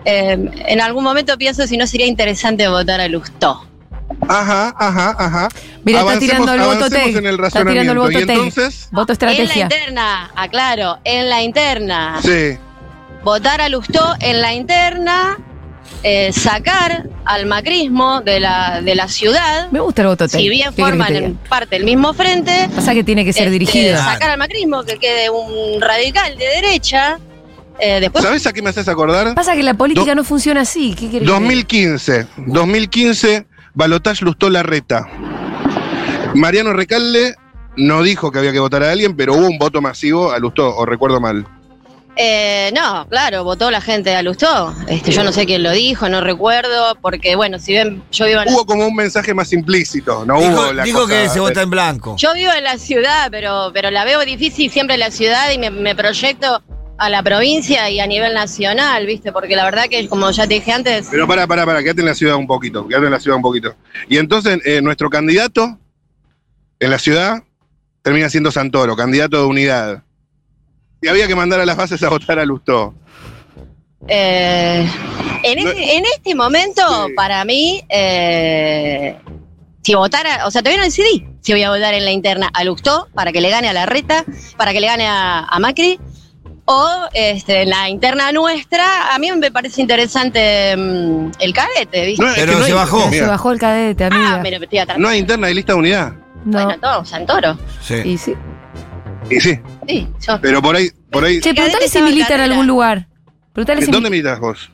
S12: eh, en algún momento pienso si no sería interesante votar a Lustó.
S3: Ajá, ajá, ajá.
S1: Mira, está
S3: Avancemos-
S1: tirando el voto
S3: avancemos
S1: Teg.
S3: en el
S1: Está tirando
S3: razonamiento.
S1: el voto
S3: Y
S1: Teg.
S3: entonces-
S1: Voto
S12: En la
S1: estrategia.
S12: interna, aclaro, en la interna.
S3: Sí.
S12: votar a Lustó en la interna, eh, sacar al macrismo de la, de la ciudad,
S1: Me gusta el voto
S12: si bien forman en
S1: forman.
S12: parte el mismo frente,
S1: Pasa que tiene que ser
S12: este,
S1: dirigido.
S12: sacar al macrismo, que quede un radical de derecha, eh, después
S3: ¿Sabes a qué me haces acordar?
S1: Pasa que la política no funciona así. ¿Qué querés que te diga?
S3: 2015. 2015, Balotage lustó la reta. Mariano Recalde no dijo que había que votar a alguien, pero hubo un voto masivo a Lustó, o recuerdo mal.
S12: Eh, no, claro, votó la gente a Lustó. Este, yo no sé quién lo dijo, no recuerdo, porque bueno, si bien yo vivo en,
S3: Hubo como un mensaje más implícito, no hubo
S2: Dijo,
S3: la
S2: dijo
S3: cosa-
S2: que se vota en blanco.
S12: yo vivo en la ciudad, pero, pero la veo difícil siempre la ciudad y me, me proyecto a la provincia y a nivel nacional, ¿viste? Porque la verdad que, como ya te dije antes,
S3: Pero para, para, para, quédate en la ciudad un poquito, quédate en la ciudad un poquito. Y entonces eh, nuestro candidato en la ciudad termina siendo Santoro, candidato de unidad. Y había que mandar a las bases a votar a Lustó.
S12: eh, en,
S3: No-
S12: este, en este momento, para mí, eh, si votara, o sea, todavía no decidí si voy a votar en la interna a Lustó para que le gane a la reta, para que le gane a, a Macri, o este, en la interna nuestra, a mí me parece interesante mm, el cadete, ¿viste?
S3: No, es que
S2: Pero
S3: no
S2: se
S3: hay-
S2: bajó.
S1: Ya se
S3: Mira.
S1: bajó el cadete,
S12: Ah,
S1: amiga.
S12: pero te iba a tratar.
S3: No hay interna, hay lista de unidad.
S1: no.
S12: Bueno, todo, Santoro.
S2: Sí.
S1: Y sí.
S3: Y sí,
S12: Sí, yo-
S3: pero por ahí, por ahí.
S1: Che, preguntale si
S12: estaba en
S1: milita en
S12: carrera.
S1: algún lugar. Preguntale si
S3: ¿Dónde
S1: mili-
S3: militas vos?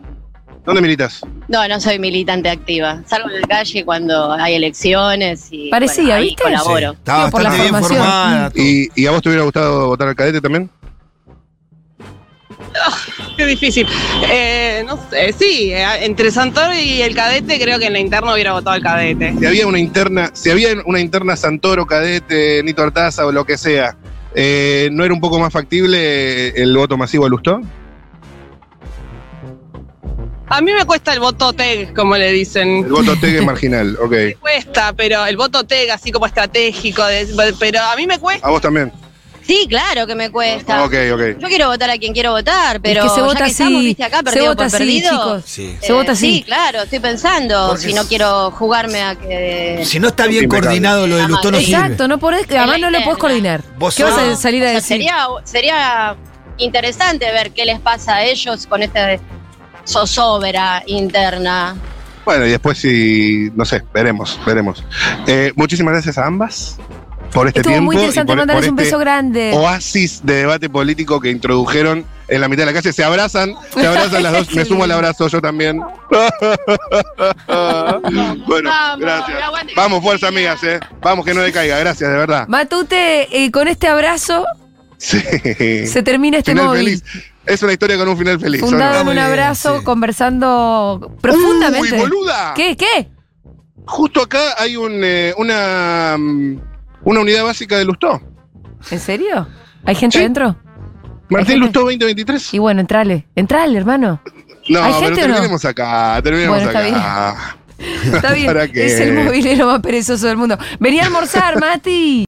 S3: ¿Dónde militas?
S12: No, no soy militante activa. Salgo en la calle cuando hay elecciones y.
S1: Parecía,
S12: ahí
S1: ¿viste?
S12: colaboro.
S2: Está
S1: Digo, por la
S2: bastante bien
S1: formación.
S2: formada. todo.
S3: ¿Y, y a vos te hubiera gustado votar al cadete también?
S11: Qué difícil. Eh, no sé, sí, eh, entre Santoro y el cadete creo que en la interna hubiera votado el cadete.
S3: Si había una interna, si había una interna Santoro, cadete, Nito Artaza o lo que sea, eh, ¿no era un poco más factible el voto masivo a Lustó?
S11: A mí me cuesta el voto TEG, como le dicen.
S3: El voto
S11: *laughs*
S1: *laughs*
S3: TEG es marginal, ok.
S11: Cuesta, pero el voto TEG, así como estratégico, de- pero a mí me cuesta.
S3: A vos también.
S12: Sí, claro que me cuesta.
S3: Ok, ok.
S12: Yo quiero votar a quien quiero votar, pero
S1: que se
S12: ya
S1: vota
S12: que estamos,
S1: así,
S12: viste, acá,
S1: se
S12: perdido
S1: vota
S12: por
S1: así,
S12: perdido.
S1: chicos.
S2: Sí.
S1: Se vota así.
S12: Sí, claro, estoy pensando.
S2: Porque
S12: si no
S2: es-
S12: quiero jugarme a que.
S2: Si no está bien
S3: Impecable.
S2: coordinado lo de Lutón, no sirve.
S1: Exacto, no podés, además no lo podés coordinar.
S2: Vos
S1: ¿Qué vas a
S2: sos-
S1: salir a
S12: O sea,
S1: decir?
S12: sería, sería interesante ver qué les pasa a ellos con esta zozobra interna.
S3: Bueno, y después si, no sé, veremos, veremos. Eh, muchísimas gracias a ambas por este
S1: Estuvo
S3: tiempo.
S1: muy
S3: y
S1: interesante,
S3: por-
S1: mandarles
S3: por
S1: un
S3: este
S1: beso grande.
S3: Oasis de debate político que introdujeron en la mitad de la calle. Se abrazan, se abrazan las
S1: *laughs*
S3: dos. Me sumo al abrazo yo también. bueno,
S12: Vamos,
S3: gracias. Vamos, fuerza, amigas, ¿eh? Vamos, que no decaiga. Gracias, de verdad.
S1: Matute, eh, con este abrazo
S3: Sí.
S1: se termina este
S3: final
S1: móvil.
S3: feliz. Es una historia con un final feliz. ¿o no?
S1: Fundado en un
S2: bien,
S1: abrazo,
S2: sí.
S1: conversando profundamente.
S3: Uy, boluda.
S1: ¿Qué? ¿Qué?
S3: Justo acá hay un, eh, una, mm, una unidad básica de Lustó.
S1: ¿En serio? ¿Hay gente
S3: Sí.
S1: adentro?
S3: Martín
S1: gente?
S3: Lustó 2023.
S1: Y bueno, entrale, entrale, hermano.
S3: No,
S1: ¿Hay
S3: pero
S1: gente o no?
S3: terminemos acá, terminemos
S1: Bueno, está
S3: acá. *laughs*
S1: Está bien,
S3: ¿Para qué?
S1: es el movilero más perezoso del mundo. Vení a almorzar, Mati.